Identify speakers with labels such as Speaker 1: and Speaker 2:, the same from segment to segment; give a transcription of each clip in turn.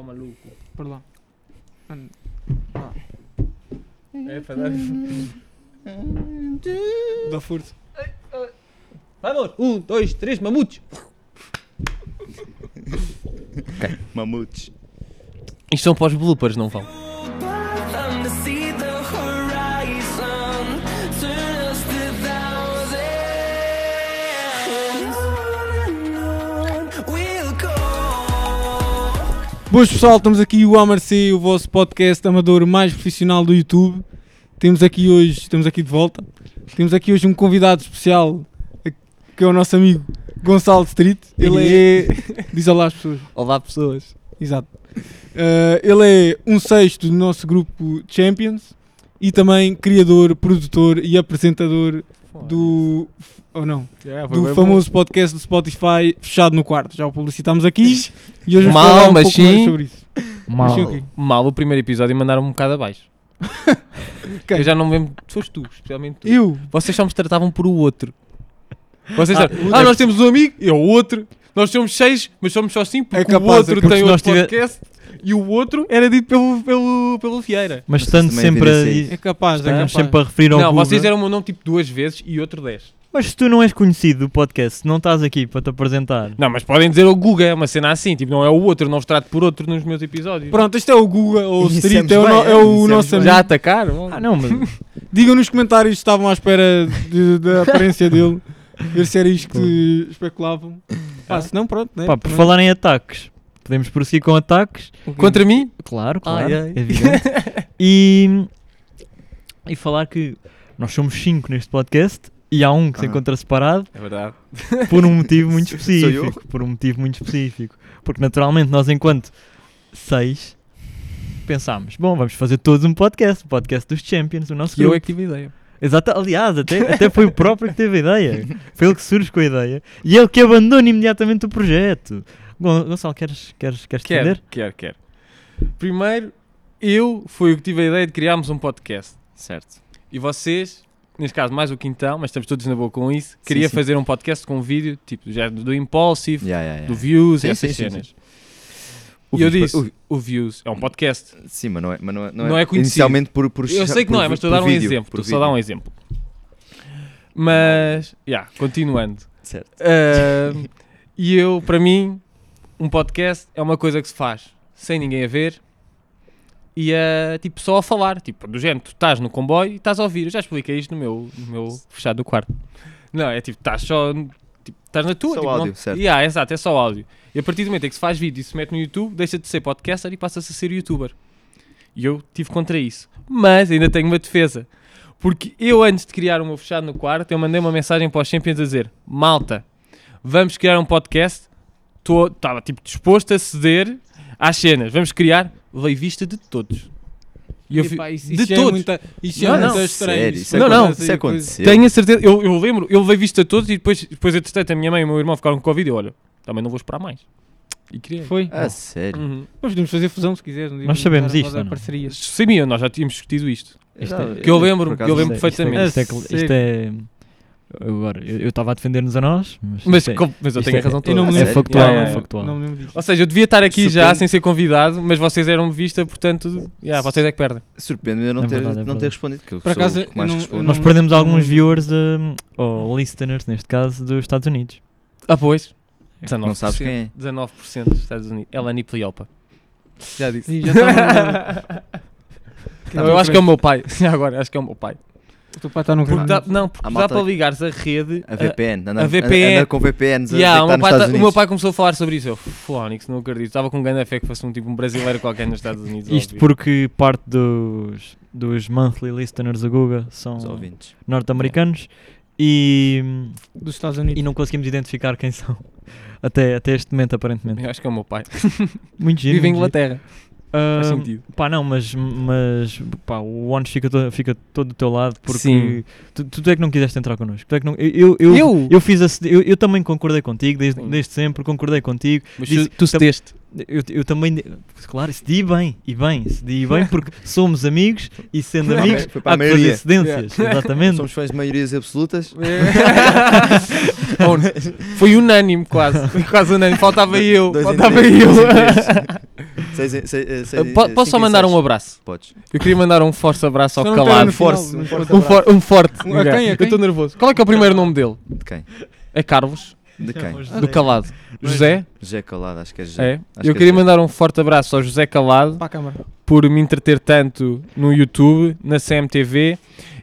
Speaker 1: Ó, maluco.
Speaker 2: Por lá. Mano. Lá.
Speaker 1: É pra dar.
Speaker 2: Dá furto.
Speaker 1: Vamos! Um, dois, três, mamute!
Speaker 3: Mamutes.
Speaker 4: Isto são para os bloopers, não vão?
Speaker 5: Time to see the horizon. Turn us to thousands. On and on we'll go.
Speaker 2: Boas pessoal, estamos aqui o Amarci, o vosso podcast amador mais profissional do YouTube. Temos aqui hoje, estamos aqui de volta. Temos aqui hoje um convidado especial eh, que é o nosso amigo Gonçalo Street. Ele é. Diz olá às pessoas.
Speaker 4: Olá, pessoas.
Speaker 2: Exato. Eh, ele é um sexto do nosso grupo Champions e também criador, produtor e apresentador do. Ou não?
Speaker 1: É,
Speaker 2: do famoso podcast do Spotify Fechado no Quarto. Já o publicitámos aqui e hoje vamos
Speaker 4: Mal,
Speaker 2: falar um
Speaker 4: mas
Speaker 2: pouco
Speaker 4: sim.
Speaker 2: mais sobre isso.
Speaker 4: Mal.
Speaker 2: Mas sim o quê?
Speaker 4: Mal o primeiro episódio e mandaram um bocado abaixo.
Speaker 2: Quem?
Speaker 4: Eu já não me lembro. Foste tu, especialmente tu.
Speaker 2: Eu?
Speaker 4: Vocês só me tratavam por o outro. Vocês
Speaker 1: Ah,
Speaker 4: ah,
Speaker 1: o
Speaker 4: ah,
Speaker 1: outro.
Speaker 4: nós temos um amigo, eu outro. Nós somos seis, mas somos só cinco porque
Speaker 2: É capaz,
Speaker 4: o outro
Speaker 2: é capaz.
Speaker 4: tem
Speaker 2: Nós
Speaker 4: outro
Speaker 2: tive-
Speaker 4: podcast e o outro era dito pelo, pelo, pelo Vieira.
Speaker 6: Mas
Speaker 3: Vocês
Speaker 6: estando
Speaker 3: também
Speaker 6: sempre
Speaker 3: viram
Speaker 6: a,
Speaker 3: isso aí?
Speaker 2: É capaz, é capaz.
Speaker 6: estamos sempre a referir ao
Speaker 4: não,
Speaker 6: Guga.
Speaker 2: né?
Speaker 4: vocês eram o meu nome tipo duas vezes e outro dez.
Speaker 6: Mas se tu não és conhecido do podcast, não estás aqui para te apresentar.
Speaker 4: Não, mas podem dizer o Guga, é uma cena assim, tipo, não é o outro, não os trato por outro nos meus episódios.
Speaker 2: Pronto, este é o Guga, ou o
Speaker 3: Iniciamos
Speaker 2: Street, é o, no-
Speaker 3: bem,
Speaker 2: é o
Speaker 3: iniciamos
Speaker 2: nosso
Speaker 3: bem.
Speaker 2: amigo.
Speaker 4: Já atacaram?
Speaker 6: Ah, não, mas
Speaker 2: Digam nos comentários se estavam à espera de- da aparência dele, ver se era isto que especulavam. Pá, se não, pronto, né?
Speaker 6: pá, por
Speaker 2: Não-
Speaker 6: falar em ataques, podemos prosseguir com ataques.
Speaker 4: Contra mim?
Speaker 6: Claro, claro.
Speaker 4: Ai, ai.
Speaker 6: evidente. E, e falar que nós somos cinco neste podcast e há um que se
Speaker 3: Ah.
Speaker 6: encontra separado
Speaker 4: É verdade.
Speaker 6: por um motivo muito
Speaker 3: Sou eu?
Speaker 6: específico. Por um motivo muito específico. Porque naturalmente nós, enquanto seis, pensámos, bom, vamos fazer todos um podcast, o podcast dos Champions, o nosso
Speaker 4: Que eu
Speaker 6: grupo.
Speaker 4: é que tive a ideia.
Speaker 6: Exato, aliás, até, até foi o próprio que teve a ideia. Foi ele que surge com a ideia e ele que abandona imediatamente o projeto. Gon- Gonçalo, queres, queres, queres defender?
Speaker 4: Quer, quer, quer. Primeiro, eu fui o que tive a ideia de criarmos um podcast.
Speaker 3: Certo.
Speaker 4: E vocês, neste caso mais o Quintão, mas estamos todos na boa com isso, queria
Speaker 3: sim.
Speaker 4: fazer um podcast com um vídeo, tipo, do género do Impulsive,
Speaker 3: Yeah, yeah, yeah.
Speaker 4: do Views,
Speaker 3: Sim,
Speaker 4: essas
Speaker 3: sim, sim,
Speaker 4: cenas.
Speaker 3: O
Speaker 4: E eu
Speaker 3: Views-
Speaker 4: disse, o, Views é um podcast.
Speaker 3: Sim, mas não é, mas não é,
Speaker 4: Não é conhecido.
Speaker 3: Inicialmente por, por
Speaker 4: Eu sei que não
Speaker 3: por
Speaker 4: é,
Speaker 3: vi-
Speaker 4: mas estou a
Speaker 3: por
Speaker 4: dar um
Speaker 3: vídeo,
Speaker 4: exemplo.
Speaker 3: por
Speaker 4: Estou só a dar um exemplo. Mas, já, continuando.
Speaker 3: Certo.
Speaker 4: Ah, e eu, para mim, um podcast é uma coisa que se faz sem ninguém a ver e ah, tipo só a falar. Tipo, do género, tu estás no comboio e estás a ouvir. Eu já expliquei isto no meu, no meu fechado do quarto. Não, é tipo, estás só. tipo, Estás na tua,
Speaker 3: Só
Speaker 4: tipo, não-
Speaker 3: áudio, certo.
Speaker 4: Yeah, exato, é só áudio. E a partir do momento em que se faz vídeo e se mete no YouTube, deixa de ser podcaster e passa-se a ser youtuber. E eu tive contra isso. Mas ainda tenho uma defesa. Porque eu, antes de criar o meu fechado no quarto, eu mandei uma mensagem para os Champions a dizer: Malta, vamos criar um podcast. Tô- Estava tipo disposto a ceder às cenas. Vamos criar. Veio vista de todos. E eu fi-
Speaker 2: Epá, isso-
Speaker 4: de
Speaker 2: isso já é
Speaker 4: todos.
Speaker 2: muita- isso já
Speaker 4: Não,
Speaker 2: é
Speaker 4: não,
Speaker 2: muito estranho.
Speaker 3: Sério, isso
Speaker 4: Não, não,
Speaker 3: acontece- isso é
Speaker 2: acontece.
Speaker 3: aconteceu.
Speaker 4: Tenho a certeza, eu, eu lembro, eu levei vista a todos e depois, depois eu testei, a minha mãe e o meu irmão ficaram com Covid e eu, olha, também não vou esperar mais. E criei.
Speaker 2: Foi?
Speaker 3: Ah, sério.
Speaker 4: Uhum.
Speaker 2: Mas podemos fazer fusão se quiseres. um dia
Speaker 6: Nós
Speaker 2: podemos
Speaker 6: sabemos
Speaker 2: dar-
Speaker 6: isto,
Speaker 2: dar
Speaker 6: ou não?
Speaker 2: parcerias.
Speaker 4: Sabiam, nós já tínhamos discutido isto.
Speaker 6: Isto
Speaker 3: Já-
Speaker 6: é-
Speaker 4: Que eu lembro,
Speaker 3: por
Speaker 4: que
Speaker 3: acaso
Speaker 4: eu lembro
Speaker 6: Isto é-
Speaker 4: perfeitamente.
Speaker 6: Isto é. Isto é, isto é- agora, eu eu estava a defender-nos a nós, mas.
Speaker 4: Mas,
Speaker 6: isto é-
Speaker 4: com- mas eu
Speaker 6: isto
Speaker 4: tenho
Speaker 6: é-
Speaker 4: a razão
Speaker 2: eu
Speaker 4: toda.
Speaker 2: não me
Speaker 6: é,
Speaker 2: lembro.
Speaker 6: factual,
Speaker 4: Yeah,
Speaker 6: é
Speaker 4: yeah.
Speaker 6: factual.
Speaker 2: Não me lembro disto.
Speaker 4: Ou seja, eu devia estar aqui já
Speaker 3: Surpreende.
Speaker 4: sem ser convidado, mas vocês eram vista, portanto, yeah, vocês é que perdem.
Speaker 3: Surpreende-me eu não,
Speaker 6: É
Speaker 3: ter,
Speaker 6: verdade, é
Speaker 3: não ter
Speaker 6: verdade.
Speaker 3: respondido. Que eu
Speaker 2: Por
Speaker 3: sou
Speaker 2: acaso,
Speaker 3: o que mais
Speaker 2: eu não-
Speaker 3: respondo.
Speaker 2: eu não-
Speaker 6: Nós perdemos alguns
Speaker 2: não-
Speaker 6: viewers, hum, ou listeners neste caso, dos Estados Unidos.
Speaker 4: Ah, pois.
Speaker 3: Não sabes quem é.
Speaker 4: 19% dos Estados Unidos. Elani Pliopa. Já disse.
Speaker 2: Ih, já está no-
Speaker 4: Então, Não, eu acho que é o meu pai. Já agora, acho que é o meu pai.
Speaker 2: O teu pai está no
Speaker 4: Porque dá,
Speaker 2: grande.
Speaker 4: não, porque dá
Speaker 3: A malta-
Speaker 4: para ligares a rede.
Speaker 3: A VPN. Anda,
Speaker 4: a VPN.
Speaker 3: Anda com VPNs. a
Speaker 4: Yeah,
Speaker 3: detectar
Speaker 4: o, meu
Speaker 3: nos
Speaker 4: pai tá-
Speaker 3: Estados
Speaker 4: o
Speaker 3: Unidos.
Speaker 4: meu pai começou a falar sobre isso. Eu, Fónix, não acredito. Estava com um grande fé que fosse um tipo um brasileiro qualquer nos Estados Unidos. a
Speaker 6: Isto
Speaker 4: ouvir.
Speaker 6: porque parte dos, dos monthly listeners do Guga são
Speaker 3: Os ouvintes.
Speaker 6: norte-americanos e,
Speaker 2: Dos Estados
Speaker 6: e
Speaker 2: Unidos.
Speaker 6: não conseguimos identificar quem são até, até este momento, aparentemente.
Speaker 4: Eu acho que é o meu pai. Um,
Speaker 6: Muito giro.
Speaker 4: Vive em
Speaker 6: muito giro.
Speaker 4: Inglaterra. Faz
Speaker 6: Ah,
Speaker 4: sentido.
Speaker 6: Pá, não, mas, mas pá, o ONU fica, todo- fica todo do teu lado porque
Speaker 4: Sim.
Speaker 6: Tu, tu- tu é que não quiseste entrar connosco. Tu é que não, eu, eu,
Speaker 4: Eu?
Speaker 6: eu fiz a cede- eu, eu também concordei contigo, desde,
Speaker 4: Sim.
Speaker 6: desde sempre concordei contigo.
Speaker 4: Mas
Speaker 6: Disse-
Speaker 4: tu, tu
Speaker 6: tam-
Speaker 4: cedeste.
Speaker 6: Eu, eu também, claro, cedi bem, e bem, cedi bem porque somos amigos e sendo
Speaker 3: Não,
Speaker 6: amigos
Speaker 3: foi para a
Speaker 6: há que fazer
Speaker 3: maioria.
Speaker 6: cedências, exatamente.
Speaker 3: Somos fãs de maiorias absolutas.
Speaker 4: Bom, Foi unânime, quase. Foi quase unânime. Faltava eu.
Speaker 3: Dois em
Speaker 4: Faltava
Speaker 3: três,
Speaker 4: eu.
Speaker 3: dois em três. Seis em- sei- eh,
Speaker 4: Eh,
Speaker 3: sei-
Speaker 4: po-
Speaker 3: eh,
Speaker 4: posso só
Speaker 3: cinco em
Speaker 4: mandar
Speaker 3: seis.
Speaker 4: um abraço?
Speaker 3: Podes.
Speaker 4: Eu queria mandar um forte abraço ao
Speaker 2: Só não pega
Speaker 4: Calado.
Speaker 2: no final,
Speaker 4: Um
Speaker 2: não
Speaker 4: forte-
Speaker 2: pega.
Speaker 4: um, for- um forte.
Speaker 2: Um- a quem, a
Speaker 4: Eu
Speaker 2: quem?
Speaker 4: estou nervoso. Qual é que é o primeiro nome dele?
Speaker 3: De quem?
Speaker 4: É Carlos,
Speaker 3: De quem?
Speaker 2: Ah,
Speaker 4: do
Speaker 2: é.
Speaker 4: Calado. José?
Speaker 3: José Calado, acho que é José.
Speaker 4: É.
Speaker 3: Acho
Speaker 4: Eu
Speaker 3: que é
Speaker 4: queria
Speaker 3: José.
Speaker 4: mandar um forte abraço ao José Calado
Speaker 2: Para a câmara.
Speaker 4: por me entreter tanto no YouTube, na CMTV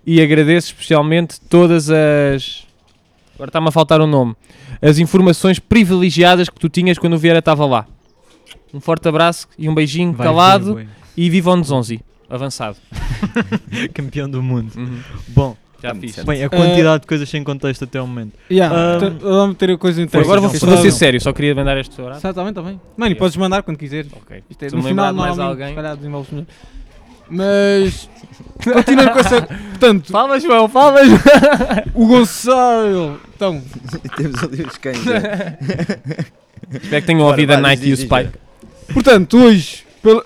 Speaker 4: e agradeço especialmente todas as. Agora está-me a faltar o nome. As informações privilegiadas que tu tinhas quando o Vieira estava lá. Um forte abraço e um beijinho
Speaker 6: Vai,
Speaker 4: calado
Speaker 6: Zimbabue.
Speaker 4: e viva o 11 avançado.
Speaker 6: Campeão do mundo.
Speaker 3: Uhum.
Speaker 6: Bom,
Speaker 4: Já fiz.
Speaker 6: bem, a quantidade de coisas sem contexto até ao momento.
Speaker 2: Yeah,
Speaker 6: Ah,
Speaker 2: portanto, vamos ter a coisa interessante.
Speaker 4: Agora vou,
Speaker 6: Vocês
Speaker 4: vou
Speaker 6: não-
Speaker 4: ser sério, só queria mandar este abraço.
Speaker 2: Está bem, está bem. Mano, e podes mandar quando quiseres.
Speaker 4: Ok.
Speaker 2: Isto é,
Speaker 4: Se
Speaker 2: no
Speaker 4: me
Speaker 2: final,
Speaker 4: lembrar de
Speaker 2: mais
Speaker 4: mais
Speaker 2: alguém.
Speaker 4: alguém.
Speaker 2: Se calhar desenvolves melhor. Mas. Continuando com essa. Portanto,
Speaker 4: Fala, João, fala, João.
Speaker 2: o Gonçalo. Então,
Speaker 3: Temos ali os cães. é.
Speaker 4: Espero que tenham
Speaker 3: Ora,
Speaker 4: ouvido a
Speaker 3: vá, diz,
Speaker 4: Nike e o
Speaker 3: diz, diz,
Speaker 4: Spike.
Speaker 2: portanto, hoje. Pela...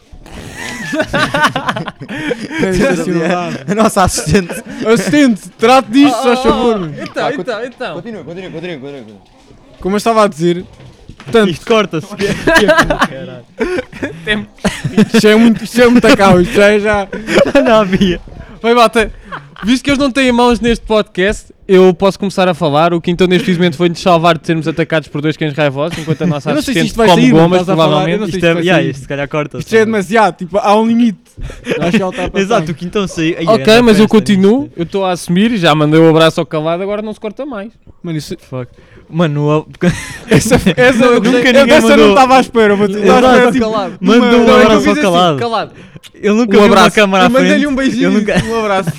Speaker 3: Temos ali a- A nossa assistente.
Speaker 2: assim Assistente, trate disto,
Speaker 4: Oh,
Speaker 2: só favor. meu.
Speaker 4: Então, então, então.
Speaker 3: Continua, continua, continua, continua.
Speaker 4: oh.
Speaker 2: Como eu estava a dizer, portanto,
Speaker 6: Isto corta-se.
Speaker 2: isto é muito, isto é muito caos, isto é já.
Speaker 6: Não havia.
Speaker 4: Bem, malta, visto que eles não têm mãos neste podcast, eu posso começar a falar. O que então neste momento foi-nos salvar de sermos atacados por dois cães raivosos, enquanto a nossa
Speaker 2: Eu não sei se
Speaker 4: assistente
Speaker 2: isto vai
Speaker 4: come
Speaker 2: sair, não
Speaker 4: gomas,
Speaker 2: estás a falar, eu
Speaker 4: provavelmente.
Speaker 2: não sei
Speaker 6: Isto
Speaker 2: se
Speaker 6: é,
Speaker 2: vai
Speaker 6: yeah,
Speaker 2: sair.
Speaker 6: isto se calhar corta-se.
Speaker 2: Isto é demasiado, tipo, há um limite. Acho que tá já está a passar.
Speaker 6: Exato, o quintão saiu. Ai,
Speaker 4: Ok,
Speaker 2: É,
Speaker 6: era
Speaker 4: mas eu
Speaker 6: festa
Speaker 4: continuo,
Speaker 6: nisto.
Speaker 4: eu estou a assumir, já mandei o abraço ao calado, agora não se corta mais.
Speaker 2: Mano, isso,
Speaker 6: Fuck. Mano,
Speaker 2: essa, é, essa eu
Speaker 6: Nunca
Speaker 2: eu
Speaker 6: ninguém
Speaker 2: dessa não
Speaker 6: mandou.
Speaker 2: estava à espera, mas estava à
Speaker 6: Exato.
Speaker 2: espera, tipo,
Speaker 4: calado.
Speaker 6: manda um
Speaker 2: Não, eu
Speaker 6: abraço
Speaker 2: fiz
Speaker 6: ao
Speaker 2: assim,
Speaker 6: calado.
Speaker 4: Calado.
Speaker 6: Eu nunca
Speaker 4: Um
Speaker 6: vi uma
Speaker 4: abraço.
Speaker 6: câmara à
Speaker 2: Eu mandei-lhe
Speaker 6: frente.
Speaker 2: um beijinho,
Speaker 6: Eu nunca-
Speaker 2: um abraço.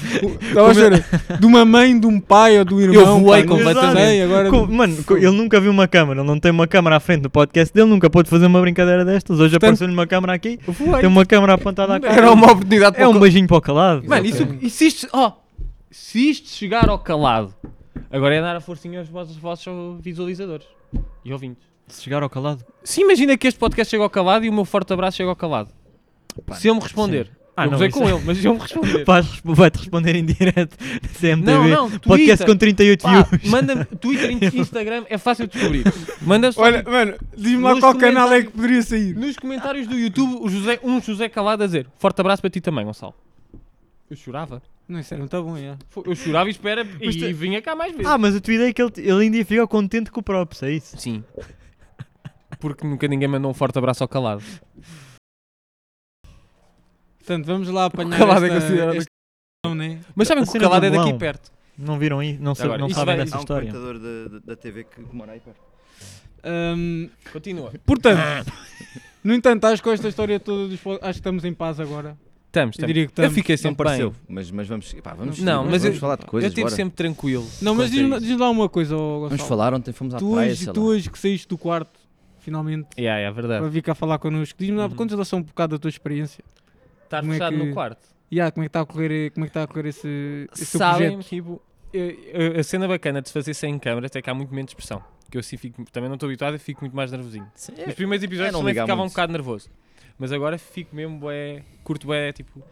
Speaker 2: Estava à espera de uma mãe, de um pai ou do irmão.
Speaker 4: voei
Speaker 2: pá, não
Speaker 4: completamente.
Speaker 2: sei, agora,
Speaker 6: Co- Mano, co- ele nunca viu uma câmara, ele não tem uma câmara à frente no podcast dele, nunca pôde fazer uma brincadeira destas. Hoje apareceu-lhe uma câmara aqui, tem uma câmara apontada à cara.
Speaker 4: Era uma oportunidade para
Speaker 6: É um beijinho para o calado.
Speaker 4: Mano, isso, isso isto, ó, se isto chegar ao calado, agora é dar a forcinha aos vossos, vossos visualizadores e ouvintes.
Speaker 6: Se chegar ao calado.
Speaker 4: Se imagina que este podcast chega ao calado e o meu forte abraço chega ao calado. se ele me responder, eu
Speaker 6: Ah, não,
Speaker 4: gozei
Speaker 6: isso
Speaker 4: com
Speaker 6: é-
Speaker 4: ele, mas se ele me responder.
Speaker 6: Vais resp- Vai-te responder em direto na CMTV.
Speaker 4: não, não, Twitter.
Speaker 6: Um podcast com 38
Speaker 4: Pá,
Speaker 6: views.
Speaker 4: manda-me Twitter, Instagram, é fácil de descobrir. Manda só
Speaker 2: Olha, mano, diz-me lá
Speaker 4: Nos
Speaker 2: qual canal é
Speaker 4: comentários-
Speaker 2: que poderia sair.
Speaker 4: nos comentários do YouTube o José, um José Calado a dizer forte abraço para ti também, Gonçalo. Eu chorava.
Speaker 2: Não, isso não está bom, é.
Speaker 4: Foi- Eu chorava e espera e,
Speaker 6: tu-
Speaker 4: vinha cá mais vezes.
Speaker 6: Ah, mas eu te ideia é que ele, ele ainda ficou contente com o props, é isso?
Speaker 4: Sim. Porque nunca ninguém mandou um forte abraço ao calado.
Speaker 2: Portanto, vamos lá apanhar
Speaker 4: Calado é
Speaker 2: esta,
Speaker 4: considerado-
Speaker 2: este- Não, né?
Speaker 4: Mas sabem
Speaker 6: A
Speaker 4: que o
Speaker 6: cena do
Speaker 4: calado é daqui
Speaker 6: melão.
Speaker 4: perto.
Speaker 6: Não viram aí? Não, sei,
Speaker 4: Agora,
Speaker 6: não
Speaker 4: isso
Speaker 6: sabem
Speaker 4: vai-
Speaker 6: dessa
Speaker 3: Há um
Speaker 6: história.
Speaker 3: comentador da, da- da TV que que mora aí perto.
Speaker 2: Ahm,
Speaker 4: Continua.
Speaker 2: portanto, Hum, no entanto, acho que com esta história toda dos pod- acho que estamos em paz agora.
Speaker 4: Estamos,
Speaker 2: Eu
Speaker 4: estamos.
Speaker 2: diria que
Speaker 4: Eu
Speaker 2: estamos.
Speaker 4: fiquei
Speaker 3: Não
Speaker 4: sempre
Speaker 3: pareceu,
Speaker 4: bem.
Speaker 3: mas, mas vamos, pá, vamos,
Speaker 4: Não,
Speaker 3: vamos,
Speaker 4: mas
Speaker 3: vamos
Speaker 4: eu-
Speaker 3: falar de
Speaker 4: Eu
Speaker 3: coisas,
Speaker 4: estive
Speaker 3: bora.
Speaker 4: sempre tranquilo.
Speaker 2: Não, mas
Speaker 4: quanto a
Speaker 2: diz-me
Speaker 4: isso.
Speaker 2: diz lá uma coisa, oh, Gonçalo.
Speaker 3: Vamos falar, ontem fomos à
Speaker 2: Tu
Speaker 3: praia,
Speaker 2: hoje,
Speaker 3: sei
Speaker 2: tu
Speaker 3: lá.
Speaker 2: hoje que saíste do quarto, finalmente,
Speaker 4: Yeah, yeah, é
Speaker 2: para
Speaker 4: verdade.
Speaker 2: vir cá falar connosco, diz-me lá,
Speaker 4: Uhum.
Speaker 2: conta lá só um bocado da tua experiência.
Speaker 4: Estar
Speaker 2: Como é
Speaker 4: fechado
Speaker 2: que-
Speaker 4: no quarto.
Speaker 2: Yeah, como é que está a correr, como é que está a correr esse, esse teu
Speaker 4: Sabem,
Speaker 2: projeto?
Speaker 4: tipo, eh, eh, a cena bacana de se fazer sem câmeras é que há muito menos pressão. Que eu assim fico, também não estou habituado e fico muito mais nervosinho.
Speaker 3: Sim, é
Speaker 4: Nos primeiros episódios
Speaker 3: não
Speaker 4: também
Speaker 3: ligar
Speaker 4: ficava um
Speaker 3: muito.
Speaker 4: bocado nervoso. Mas agora fico mesmo, é, curto bem, tipo,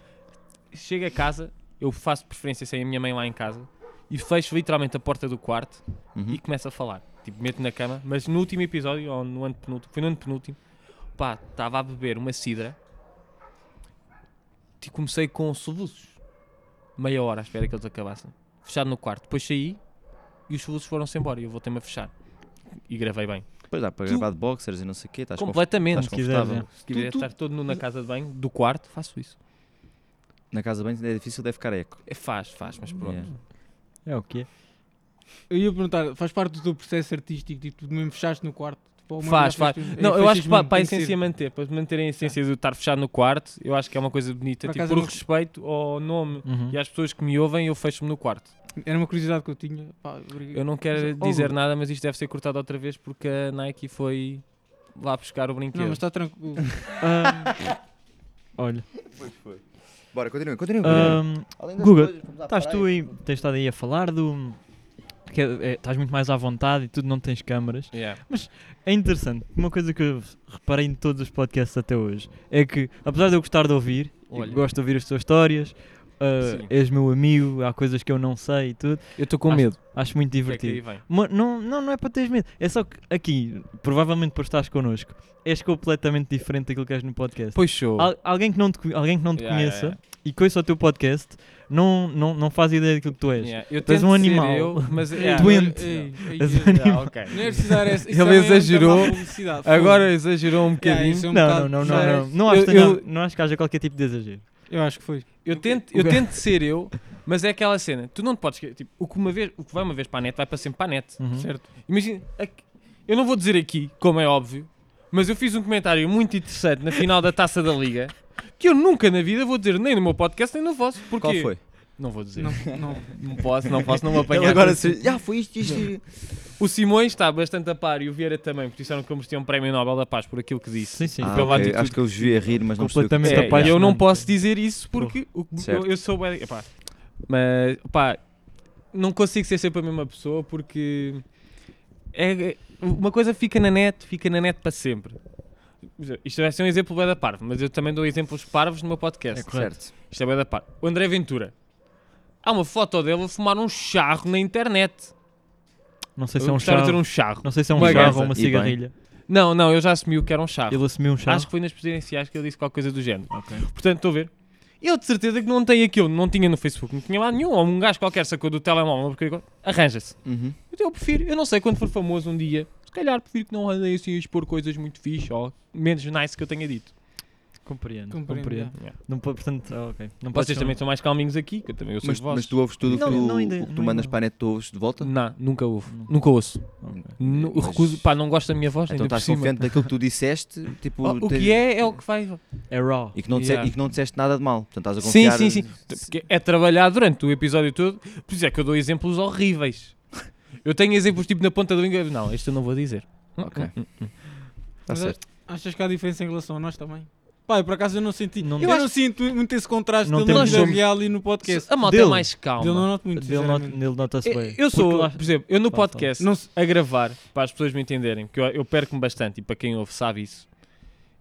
Speaker 4: chego a casa, eu faço de preferência sem a minha mãe lá em casa e fecho literalmente a porta do quarto
Speaker 3: Uhum.
Speaker 4: e começo a falar. Tipo, meto na cama, mas no último episódio, ou no antepenúltimo, foi no antepenúltimo, pá, estava a beber uma cidra e comecei com soluços. Meia hora à espera que eles acabassem. Fechado no quarto. Depois saí e os soluços foram-se embora e eu voltei-me a fechar. E gravei bem.
Speaker 3: Depois dá para
Speaker 4: Tu-
Speaker 3: gravar de boxers e não sei o quê, estás confortável.
Speaker 4: Completamente.
Speaker 3: estás
Speaker 6: Se quiseres,
Speaker 3: confortável.
Speaker 4: Se quiser
Speaker 2: Tu- tu-
Speaker 4: estar todo nu na casa de banho, do quarto, faço isso.
Speaker 3: Na casa bem é difícil, deve ficar eco.
Speaker 4: É, faz, faz, mas pronto.
Speaker 3: Yeah.
Speaker 6: É o quê?
Speaker 2: Eu ia perguntar, faz parte do teu processo artístico, tipo, tu mesmo fechaste no quarto? Tipo, ou mesmo
Speaker 4: Faz,
Speaker 2: já
Speaker 4: faz.
Speaker 2: fizeste- é,
Speaker 4: Não, eu
Speaker 2: fechas
Speaker 4: acho que para,
Speaker 2: mesmo,
Speaker 4: a
Speaker 2: tem que
Speaker 4: essência
Speaker 2: ser.
Speaker 4: manter, para manterem a essência de estar fechado no quarto, eu acho que é uma coisa bonita.
Speaker 2: Por
Speaker 4: Tipo,
Speaker 2: acaso
Speaker 4: por
Speaker 2: eu não-
Speaker 4: respeito ao nome
Speaker 6: Uhum.
Speaker 4: e às pessoas que me ouvem, eu fecho-me no quarto.
Speaker 2: Era uma curiosidade que eu tinha. Pá, obrigado.
Speaker 4: Eu não quero
Speaker 2: Mas, oh,
Speaker 4: dizer
Speaker 2: Bruno.
Speaker 4: nada, mas isto deve ser cortado outra vez porque a Nike foi lá buscar o
Speaker 2: Não, mas
Speaker 4: brinquedo.
Speaker 2: está tranquilo.
Speaker 6: Olha. um,
Speaker 3: Bora, continua, continua.
Speaker 4: Ah,
Speaker 6: Ahm, Guga,
Speaker 4: Tá
Speaker 6: Estás tu aí, tens estado aí a falar do. que é- é- estás muito mais à vontade e tudo, não tens câmaras.
Speaker 4: Yeah.
Speaker 6: É interessante, uma coisa que eu reparei em todos os podcasts até hoje é que, apesar de eu gostar de ouvir, eu
Speaker 4: Olha.
Speaker 6: gosto de ouvir as tuas histórias, ah,
Speaker 4: Sim.
Speaker 6: és meu amigo, há coisas que eu não sei e tudo.
Speaker 4: Eu estou com
Speaker 6: Acho-
Speaker 4: medo.
Speaker 6: Acho muito
Speaker 4: O que é que
Speaker 6: divertido.
Speaker 4: aí vem?
Speaker 6: Mas não, não, não é para teres medo. É só que aqui, provavelmente por estares connosco, és completamente diferente daquilo que és no podcast.
Speaker 4: Pois show.
Speaker 6: Al- alguém que não te, co- alguém que não te
Speaker 4: Yeah,
Speaker 6: conheça
Speaker 4: yeah, yeah.
Speaker 6: e conheça o teu podcast não, não, não faz ideia daquilo que tu és.
Speaker 4: Yeah, Eu
Speaker 6: Tens
Speaker 4: tento
Speaker 6: um
Speaker 4: ser
Speaker 6: animal.
Speaker 4: eu, mas,
Speaker 2: É,
Speaker 6: Doente.
Speaker 4: Ei, ei,
Speaker 6: És
Speaker 4: ei,
Speaker 6: um animal.
Speaker 4: ok.
Speaker 2: Não é preciso dar essa- isso
Speaker 4: Ele
Speaker 2: também é muita má
Speaker 4: exagerou.
Speaker 2: publicidade, foda-se.
Speaker 4: Agora exagerou um bocadinho.
Speaker 2: Yeah, isso é um
Speaker 6: Não,
Speaker 2: bocado-
Speaker 6: não, não,
Speaker 2: já é-
Speaker 6: não, não. Não
Speaker 4: Eu-
Speaker 6: acho, que tenha-
Speaker 4: eu-
Speaker 6: não acho que haja qualquer tipo de exagero.
Speaker 2: Eu acho que foi.
Speaker 4: Eu tento, eu tento ser eu, mas é aquela cena. Tu não te podes. esque- Tipo, o que, uma vez, o que vai uma vez para a net, vai para sempre para a net.
Speaker 6: Uhum.
Speaker 4: Certo? Imagina. aqui- Eu não vou dizer aqui, como é óbvio, mas eu fiz um comentário muito interessante na final da taça da Liga que eu nunca na vida vou dizer, nem no meu podcast, nem no vosso. Porquê?
Speaker 3: Qual foi?
Speaker 4: Não vou dizer.
Speaker 2: Não,
Speaker 4: Não,
Speaker 2: não.
Speaker 4: posso, não posso, não me apanhar.
Speaker 3: Ele agora
Speaker 4: com
Speaker 3: se... Já foi isto, isto. isto.
Speaker 4: O Simões está bastante a par e o Vieira também, porque disseram que eu mereci um prémio Nobel da Paz por aquilo que disse.
Speaker 6: Sim, sim.
Speaker 3: Ah,
Speaker 4: pela
Speaker 3: ok,
Speaker 4: atitude
Speaker 3: Acho que eu os vi a rir, mas não percebi o que
Speaker 6: Completamente
Speaker 3: disseram.
Speaker 4: É, e eu não
Speaker 6: apaixonante.
Speaker 4: posso dizer isso porque o que-
Speaker 3: Certo.
Speaker 4: eu, eu sou bué- epá, mas pá, não consigo ser sempre a mesma pessoa porque é, uma coisa fica na net, fica na net para sempre. Isto vai ser um exemplo bué da parvo, mas eu também dou exemplos parvos no meu podcast.
Speaker 3: Certo.
Speaker 4: Isto é bué da parvo. O André Ventura. Há uma foto dele a fumar um charro na internet.
Speaker 6: Não sei
Speaker 4: Eu
Speaker 6: se é um
Speaker 4: gostava de ter
Speaker 6: charro.
Speaker 4: um charro.
Speaker 6: Não sei se é um
Speaker 4: Uma
Speaker 6: charro
Speaker 4: gaza.
Speaker 6: ou uma
Speaker 3: E bem.
Speaker 6: cigarrilha.
Speaker 4: Não, não, eu já assumi que era um charro.
Speaker 6: Ele assumiu um charro.
Speaker 4: Acho que foi nas presidenciais que ele disse qualquer coisa do género. Portanto, estou a ver. Eu de certeza que não tem aquilo, não tinha no Facebook, não tinha lá nenhum. Ou um gajo qualquer sacou do telemóvel, porque igual- arranja-se.
Speaker 3: Uhum.
Speaker 4: Então eu prefiro, eu não sei quando for famoso um dia, se calhar prefiro que não andem assim a expor coisas muito fixe ou menos nice que eu tenha dito.
Speaker 6: Compreendo.
Speaker 2: Compreendo,
Speaker 6: Compreendo.
Speaker 4: yeah.
Speaker 6: Não po- portanto, ah, ok. Não pode
Speaker 4: Vocês também são mais calminhos aqui, que eu também eu sou
Speaker 3: Mas,
Speaker 4: de vós.
Speaker 3: mas tu ouves tudo o que
Speaker 6: Não,
Speaker 3: tu,
Speaker 6: não ainda-
Speaker 3: o que tu
Speaker 6: não
Speaker 3: mandas
Speaker 6: ainda.
Speaker 3: para a net, tu ouves de volta?
Speaker 4: Não, nunca ouvo. Nunca ouço. Nu-
Speaker 3: Mas-
Speaker 4: Recuso, pá, não gosto da minha voz,
Speaker 3: Então
Speaker 4: ainda por
Speaker 3: estás
Speaker 4: cima.
Speaker 3: confiante daquilo que tu disseste, tipo...
Speaker 4: Oh, o
Speaker 3: tens-
Speaker 4: que é, é o que vai.
Speaker 6: É raw.
Speaker 3: E que, não disseste,
Speaker 4: Yeah.
Speaker 3: e que não disseste nada de mal. Portanto, estás a
Speaker 4: Sim,
Speaker 3: confiar...
Speaker 4: sim, sim. Porque é trabalhar durante o episódio todo. Por isso é que eu dou exemplos horríveis. Eu tenho exemplos tipo na ponta do língua. Não, este eu não vou dizer.
Speaker 3: Ok.
Speaker 4: Hum, hum, hum.
Speaker 3: Está
Speaker 2: Mas
Speaker 3: Tá certo.
Speaker 2: Achas que há diferença em relação a nós também? Pá, eu por acaso eu não senti.
Speaker 6: Não-
Speaker 2: eu não sinto muito esse contraste
Speaker 6: Não
Speaker 2: dele na
Speaker 4: temos-
Speaker 2: vida real e no podcast.
Speaker 4: A malta é
Speaker 6: Dele.
Speaker 4: mais calma.
Speaker 2: Dele não noto muito,
Speaker 6: Dele not-
Speaker 2: sinceramente.
Speaker 6: dele nota-se
Speaker 4: Eu-
Speaker 6: bem.
Speaker 4: Eu sou,
Speaker 6: Porque lá-
Speaker 4: por exemplo, eu no
Speaker 6: Fala, fala.
Speaker 4: podcast,
Speaker 2: Não se-
Speaker 4: a gravar, para as pessoas me entenderem, que eu, eu perco-me bastante e para quem ouve sabe isso.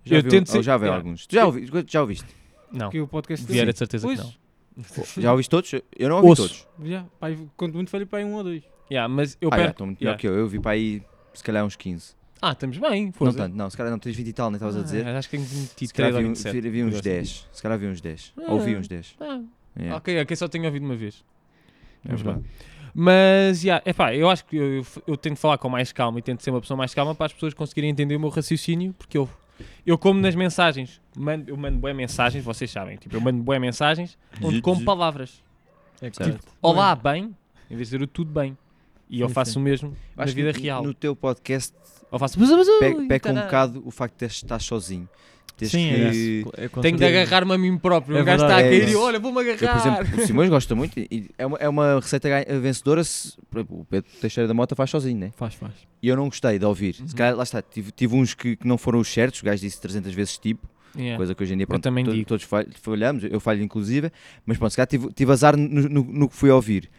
Speaker 3: Já
Speaker 4: eu
Speaker 3: viu-
Speaker 4: tento ser-
Speaker 3: oh, Já vi
Speaker 4: Yeah.
Speaker 3: alguns. Tu já, ouvi, já ouviste?
Speaker 4: Não,
Speaker 2: que o podcast dele-
Speaker 4: Vieira de certeza
Speaker 2: Pois,
Speaker 4: que não.
Speaker 3: Já ouviste todos? Eu não ouvi
Speaker 4: Ouço.
Speaker 3: todos.
Speaker 2: já, pá, quanto muito falei para aí um ou dois.
Speaker 4: Yeah, mas eu
Speaker 3: ah, já,
Speaker 4: perco.
Speaker 3: estão muito melhor
Speaker 4: Yeah.
Speaker 3: que eu. Eu vi para aí, se calhar, uns 15.
Speaker 4: Ah, estamos bem.
Speaker 3: não
Speaker 4: foda-se.
Speaker 3: tanto, não. Se calhar não tens 20 e tal, nem estavas a dizer.
Speaker 4: Ah, acho que tenho
Speaker 3: Se calhar
Speaker 4: 23 ou
Speaker 3: vi, um-
Speaker 4: 27.
Speaker 3: vi, vi uns
Speaker 4: Assim.
Speaker 3: 10. Se calhar vi uns 10. Ouvi uns 10.
Speaker 4: Ah,
Speaker 3: Yeah,
Speaker 4: Ok, ok, só tenho ouvido uma vez.
Speaker 3: é verdade.
Speaker 4: Mas, yeah, epá, eu acho que eu, eu, eu tento falar com mais calma e tento ser uma pessoa mais calma para as pessoas conseguirem entender o meu raciocínio, porque eu, eu como nas mensagens, mando, eu mando boas mensagens, vocês sabem, tipo, eu mando boas mensagens onde como palavras.
Speaker 6: É
Speaker 3: Certo.
Speaker 6: correto.
Speaker 4: Tipo, Olá, bem, em vez de dizer o tudo bem. E eu
Speaker 6: Sim,
Speaker 4: faço
Speaker 6: sim.
Speaker 4: o mesmo na
Speaker 3: Acho que
Speaker 4: vida
Speaker 3: no-
Speaker 4: real.
Speaker 3: No teu podcast,
Speaker 4: Eu faço... buzu, buzu,
Speaker 3: pe- peca um
Speaker 4: tará.
Speaker 3: bocado o facto de estar sozinho. Tens
Speaker 6: Sim, é
Speaker 3: que...
Speaker 6: isso. É com
Speaker 4: Tenho de
Speaker 6: certeza.
Speaker 4: agarrar-me a mim próprio.
Speaker 6: É
Speaker 4: um gajo está a
Speaker 3: verdade, é
Speaker 4: cair e
Speaker 3: isso.
Speaker 4: olha, vou-me
Speaker 3: Eu, por
Speaker 4: agarrar.
Speaker 3: exemplo, o Simões gosta muito e é uma, é uma receita ganha- vencedora se por exemplo, o Pedro Teixeira da Mota faz sozinho, né?
Speaker 6: Faz, faz.
Speaker 3: E eu não gostei de ouvir.
Speaker 4: Uhum.
Speaker 3: Se calhar, lá está, tive, tive uns que, que não foram os certos, o gajo disse 300 vezes tipo,
Speaker 4: Yeah.
Speaker 3: coisa que hoje em dia pronto,
Speaker 4: É. também
Speaker 3: to-
Speaker 4: digo.
Speaker 3: todos falh- falhamos, eu falho inclusive, mas pronto, se calhar tive, tive azar no, no- no que fui ouvir.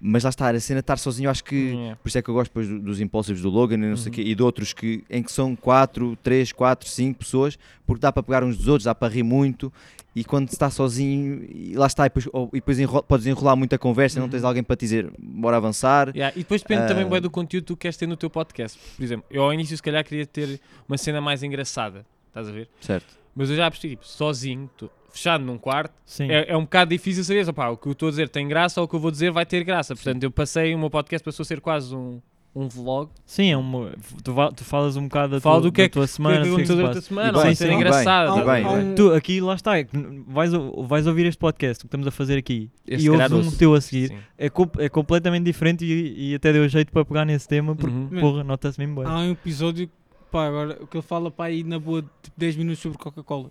Speaker 3: Mas lá está, a cena de estar sozinho, acho que.
Speaker 4: Yeah.
Speaker 3: Por isso é que eu gosto depois do- dos impulsivos do Logan e não sei quê, e de outros que, em que são 4, 3, 4, 5 pessoas, porque dá para pegar uns dos outros, dá para rir muito, e quando se está sozinho, e lá está, e depois, ou- e depois enro- podes enrolar muito a conversa, não tens alguém para te dizer, bora avançar.
Speaker 4: Yeah, E depois depende também
Speaker 3: Ah.
Speaker 4: bué, do conteúdo que tu queres ter no teu podcast. Por exemplo, eu ao início se calhar queria ter uma cena mais engraçada, estás a ver?
Speaker 3: Certo.
Speaker 4: Mas eu já percebi, tipo, sozinho, tô fechado num quarto,
Speaker 6: Sim.
Speaker 4: é, é um bocado difícil saber opá, o que eu estou a dizer tem graça ou o que eu vou dizer vai ter graça. Portanto, eu passei, o meu podcast passou a ser quase um, um vlog.
Speaker 6: Sim, é uma, tu, va- tu falas um bocado da,
Speaker 4: Fala
Speaker 6: tua,
Speaker 4: do que é
Speaker 6: da
Speaker 4: que-
Speaker 6: tua semana,
Speaker 4: o que é
Speaker 6: do
Speaker 4: que aconteceu
Speaker 6: se
Speaker 4: durante a
Speaker 6: passa.
Speaker 4: semana,
Speaker 6: Sim,
Speaker 4: vai
Speaker 6: sim.
Speaker 4: ser
Speaker 6: Ah, bem.
Speaker 4: engraçado.
Speaker 3: Ah,
Speaker 4: estás a
Speaker 3: bem,
Speaker 4: ver?
Speaker 3: bem.
Speaker 6: Tu, aqui, lá está, é que n- vais, ou- vais ouvir este podcast, o que estamos a fazer aqui,
Speaker 4: Esse
Speaker 6: e
Speaker 4: se calhar
Speaker 6: ouves um
Speaker 4: ouço.
Speaker 6: teu a seguir,
Speaker 4: Sim.
Speaker 6: é, com- é completamente diferente e, e até deu jeito para pegar nesse tema, porque,
Speaker 4: Uhum.
Speaker 6: porra, nota-se mesmo bem.
Speaker 2: Há um episódio pá, agora, que ele fala pá, aí na boa tipo 10 minutos sobre Coca-Cola.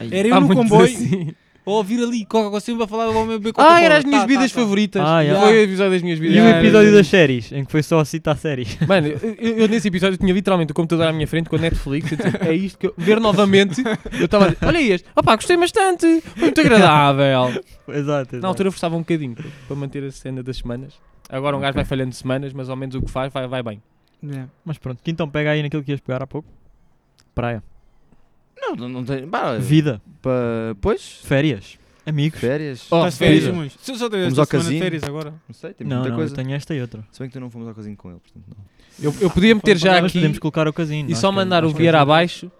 Speaker 2: Era eu
Speaker 4: Há
Speaker 2: no
Speaker 4: muitos
Speaker 2: comboio
Speaker 4: assim.
Speaker 2: a ouvir ali Coca-Cola sempre a falar do homem beber Coca-Cola.
Speaker 4: Ah, eram as
Speaker 2: Tá,
Speaker 4: minhas
Speaker 2: tá,
Speaker 4: vidas
Speaker 2: tá.
Speaker 4: favoritas.
Speaker 6: Ah, yeah.
Speaker 4: Foi o episódio das minhas vidas
Speaker 6: E o
Speaker 2: Yeah,
Speaker 6: episódio
Speaker 2: yeah.
Speaker 6: das séries, em que foi só a citar séries.
Speaker 4: Mano, eu, eu- eu nesse episódio tinha literalmente o computador à minha frente com a Netflix. eu tipo, é isto que eu. Ver novamente, eu estava a dizer: Olha este, opá, gostei bastante, foi muito agradável.
Speaker 6: exato, exato.
Speaker 4: Na altura eu forçava um bocadinho para- para manter a cena das semanas. Agora um gajo vai falhando semanas, mas ao menos o que faz vai, vai bem.
Speaker 2: Yeah.
Speaker 6: Mas pronto, que então pega aí naquilo que ias pegar há pouco. Praia.
Speaker 3: Não, não, não tem. Bah,
Speaker 6: Vida.
Speaker 3: pá, pois,
Speaker 6: Férias. Amigos.
Speaker 3: Férias?
Speaker 4: Oh,
Speaker 2: Estás Tá de
Speaker 4: férias.
Speaker 2: férias, Simões? Se eu só tivesse
Speaker 3: Vamos
Speaker 2: esta
Speaker 3: ao
Speaker 2: semana de
Speaker 3: casino.
Speaker 2: férias agora.
Speaker 3: Não sei, temos
Speaker 6: Não,
Speaker 3: muita
Speaker 6: não, eu
Speaker 3: coisa.
Speaker 6: tenho esta e outra.
Speaker 3: Se bem que tu não fomos ao cozinho com ele, portanto não.
Speaker 4: Eu, eu podia meter já
Speaker 6: Mas
Speaker 4: aqui
Speaker 6: podemos colocar o casino.
Speaker 4: e
Speaker 6: acho
Speaker 4: só
Speaker 6: que-
Speaker 4: mandar o
Speaker 6: acho que
Speaker 4: Vieira
Speaker 6: é-
Speaker 4: abaixo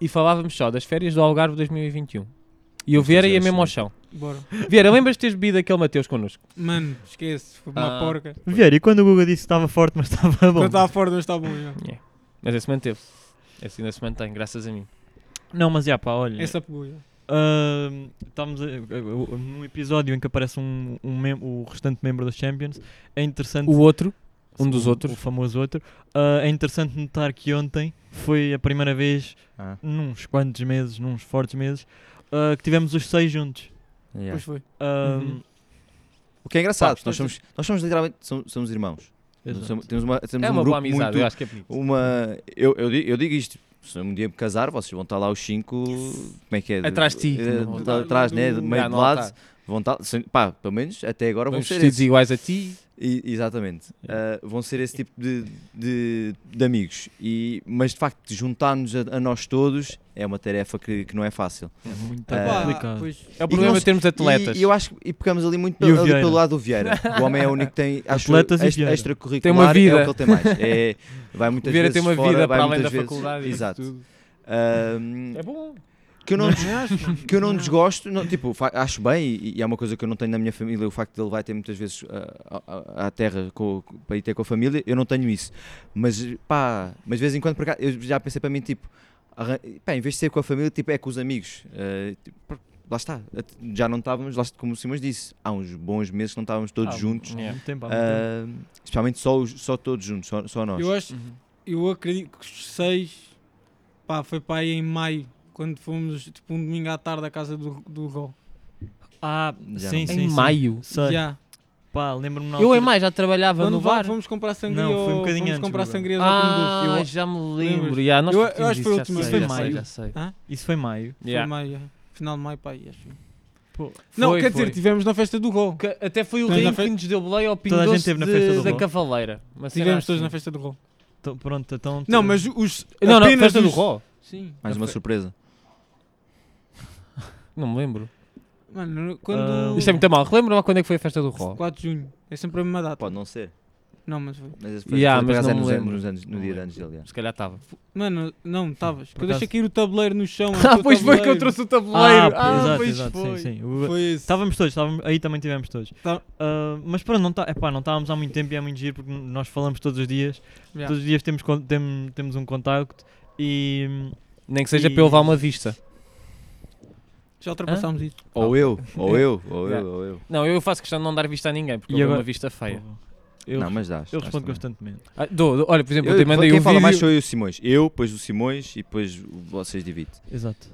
Speaker 4: e falávamos só das férias do Algarve 2021. E o Vieira
Speaker 3: fazer
Speaker 4: ia
Speaker 3: assim.
Speaker 4: mesmo ao chão.
Speaker 2: Bora.
Speaker 4: Vieira, lembras de teres bebido aquele Mateus connosco?
Speaker 2: Mano, esquece. Foi uma
Speaker 4: Ah.
Speaker 2: porca.
Speaker 6: Vieira, e quando o Guga disse que estava forte, mas estava bom?
Speaker 2: Quando estava fora, não está bom. já.
Speaker 4: É. Mas esse manteve-se. Esse ainda se mantém, graças a mim.
Speaker 6: Não, mas já pá, olha.
Speaker 2: Essa pegou. já.
Speaker 6: Ahm, estamos a- a- a- num episódio em que aparece um, um mem- o restante membro dos Champions. É interessante.
Speaker 4: O outro, um dos
Speaker 6: o-
Speaker 4: outros.
Speaker 6: O famoso outro. Ah, é interessante notar que ontem foi a primeira vez,
Speaker 3: Ah,
Speaker 6: nuns quantos meses, nuns fortes meses, ah, que tivemos os seis juntos. Ah,
Speaker 3: yeah.
Speaker 2: Pois foi.
Speaker 6: Ahm,
Speaker 2: Uhum.
Speaker 3: O que é engraçado,
Speaker 6: Pá,
Speaker 3: nós somos, nós somos literalmente som- somos, irmãos.
Speaker 6: exato.
Speaker 3: Somos- temos uma, temos
Speaker 4: É
Speaker 3: um
Speaker 4: uma
Speaker 3: grupo
Speaker 4: boa amizade,
Speaker 3: muito, um
Speaker 4: eu acho que é bonito.
Speaker 3: uma eu, eu, digo, eu digo isto se um dia me casar vocês vão estar lá os cinco como é que é
Speaker 4: Atrás de ti.
Speaker 3: Eh,
Speaker 4: Não,
Speaker 3: de-
Speaker 4: não.
Speaker 3: atrás né
Speaker 2: Ah,
Speaker 3: de
Speaker 4: não,
Speaker 3: meio de
Speaker 4: não
Speaker 3: lado
Speaker 4: está.
Speaker 3: vão estar se- pá pelo menos até agora vão
Speaker 4: Vamos
Speaker 3: ser
Speaker 4: vestidos
Speaker 3: esse,
Speaker 4: iguais a ti.
Speaker 3: E- exatamente Ah, vão ser esse tipo de, de, de amigos e mas de facto juntar-nos a, a nós todos é uma tarefa que, que não é fácil
Speaker 6: É muito
Speaker 3: Ah,
Speaker 2: Pá,
Speaker 6: complicado.
Speaker 2: pois.
Speaker 4: É o
Speaker 3: que não
Speaker 4: problema de
Speaker 3: se-
Speaker 4: termos atletas.
Speaker 3: e, e eu acho que- e pecamos ali muito
Speaker 6: E o
Speaker 3: pelo, ali
Speaker 6: Vieira.
Speaker 3: pelo lado do Vieira o homem é o único que tem acho,
Speaker 6: Atletas e
Speaker 3: extra-
Speaker 6: Vieira.
Speaker 3: extracurricular
Speaker 4: Tem uma vida.
Speaker 3: é o que ele tem mais É- vai muitas
Speaker 4: Vieira
Speaker 3: vezes
Speaker 4: tem uma
Speaker 3: fora,
Speaker 4: vida
Speaker 3: vai
Speaker 4: para além
Speaker 3: muitas
Speaker 4: da
Speaker 3: vezes-
Speaker 4: faculdade. e isso
Speaker 3: exato
Speaker 4: tudo.
Speaker 3: Ahm,
Speaker 4: É bom.
Speaker 3: que eu não, des- que eu não desgosto, não, tipo, fa- acho bem, e, e é uma coisa que eu não tenho na minha família, o facto de ele vai ter muitas vezes ah, à- à à terra co- co- para ir ter com a família, eu não tenho isso. Mas pá, mas de vez em quando para cá, eu já pensei para mim, tipo, arran- pá, em vez de ser com a família, tipo, é com os amigos. Ah, tipo, pá, lá está, já não estávamos, lá, está, como o Simões disse, há uns bons meses que não estávamos todos
Speaker 4: um
Speaker 6: Ah,
Speaker 3: juntos,
Speaker 6: há muito tempo, há muito tempo.
Speaker 3: ah, especialmente só, os- só todos juntos, só, só nós.
Speaker 2: Eu acho, eu acredito que os seis, pá, foi para aí em maio, quando fomos, tipo, um domingo à tarde à casa do, do Rol.
Speaker 6: Ah,
Speaker 3: Já
Speaker 6: sim,
Speaker 3: não-
Speaker 6: sim.
Speaker 4: Em
Speaker 6: sim.
Speaker 4: maio.
Speaker 6: Sei.
Speaker 2: Já.
Speaker 6: Pá, lembro-me na
Speaker 4: Eu
Speaker 6: altura-
Speaker 4: em maio já trabalhava
Speaker 2: Quando
Speaker 4: no bar.
Speaker 2: fomos comprar sangria
Speaker 6: Não, foi um
Speaker 2: ao-
Speaker 6: bocadinho
Speaker 2: fomos
Speaker 6: antes,
Speaker 2: comprar
Speaker 6: Bruno.
Speaker 2: sangria ao Pingo
Speaker 4: Ah,
Speaker 2: Doce.
Speaker 4: já me
Speaker 2: Lembras?
Speaker 4: lembro. já, nós
Speaker 2: Eu- eu
Speaker 4: discutimos
Speaker 2: acho que
Speaker 4: isso,
Speaker 2: foi o
Speaker 4: já
Speaker 2: último,
Speaker 4: sei,
Speaker 6: foi
Speaker 4: já
Speaker 6: maio.
Speaker 4: sei, já sei.
Speaker 6: Isso foi em maio.
Speaker 2: Foi
Speaker 4: Yeah.
Speaker 2: maio, já. final de maio, pá, aí, acho.
Speaker 6: Pô,
Speaker 2: Não,
Speaker 4: Foi,
Speaker 2: quer
Speaker 4: foi.
Speaker 2: dizer, estivemos na festa do Rol.
Speaker 4: tipo, Que até foi o
Speaker 2: Todos na
Speaker 4: Rio
Speaker 2: fe-
Speaker 4: que nos deu boleia ao Pingo
Speaker 6: Toda a gente
Speaker 4: Doce
Speaker 6: esteve na
Speaker 4: de-
Speaker 6: festa do
Speaker 4: da
Speaker 6: Rol.
Speaker 4: Cavaleira. Uma cena
Speaker 2: Estivemos todos
Speaker 4: assim.
Speaker 2: na festa do Rol.
Speaker 6: então, pronto, então...
Speaker 2: Não, mas os.
Speaker 4: Não, não,
Speaker 2: apenas
Speaker 4: festa do
Speaker 2: os-
Speaker 4: Ró.
Speaker 2: Sim.
Speaker 3: Mais uma surpresa.
Speaker 4: Não me lembro.
Speaker 2: Mano, quando.
Speaker 6: Ah,
Speaker 4: Isto é muito mal. Relembra-me quando é que foi a festa do Ró.
Speaker 2: 4 de junho. É sempre a mesma data.
Speaker 3: Pode não ser,
Speaker 2: Não, mas foi.
Speaker 3: mas, esse foi-
Speaker 4: Yeah,
Speaker 3: foi por
Speaker 4: mas
Speaker 3: acaso
Speaker 4: não me
Speaker 3: é nos anos-
Speaker 4: lembro.
Speaker 3: nos anos- no
Speaker 4: Não
Speaker 3: dia de
Speaker 4: lembro.
Speaker 3: antes dele. yeah.
Speaker 4: Se calhar estava.
Speaker 2: Mano, não, estavas. Que eu
Speaker 6: acaso-
Speaker 2: deixei cair o tabuleiro no chão.
Speaker 4: Ah,
Speaker 2: o
Speaker 4: pois foi que eu
Speaker 2: um tabuleiro.
Speaker 4: trouxe o
Speaker 6: Ah,
Speaker 4: tabuleiro.
Speaker 6: pá,
Speaker 4: Ah,
Speaker 6: exato,
Speaker 4: pois
Speaker 6: exato,
Speaker 4: foi.
Speaker 6: sim, sim. O-
Speaker 2: Foi esse.
Speaker 6: Estávamos todos, estávamos- aí também tivemos todos.
Speaker 2: Tá-
Speaker 6: Ah, mas pronto, não, tá, epá, não estávamos há muito tempo e é muito giro porque nós falamos todos os dias.
Speaker 2: Yeah.
Speaker 6: Todos os dias temos, con- tem- temos um contacto e. hum,
Speaker 4: Nem que seja
Speaker 6: E-
Speaker 4: para eu levar uma vista.
Speaker 2: Já ultrapassámos isso.
Speaker 3: Ou eu, ou eu, ou
Speaker 4: Yeah.
Speaker 3: eu, ou eu.
Speaker 4: Não, eu faço questão de não dar vista a ninguém, porque
Speaker 6: E
Speaker 4: eu dou
Speaker 6: agora-
Speaker 4: uma vista feia.
Speaker 6: Pô, Eu,
Speaker 3: não, mas dás.
Speaker 6: eu
Speaker 3: dás
Speaker 6: respondo
Speaker 3: também.
Speaker 6: constantemente.
Speaker 4: Ah, dou- dou- olha, por exemplo, eu, te
Speaker 3: tipo, quem
Speaker 4: mandei um
Speaker 3: fala
Speaker 4: vídeo.
Speaker 3: mais sou eu e o Simões. Eu, depois o Simões e depois vocês dividem.
Speaker 6: Exato.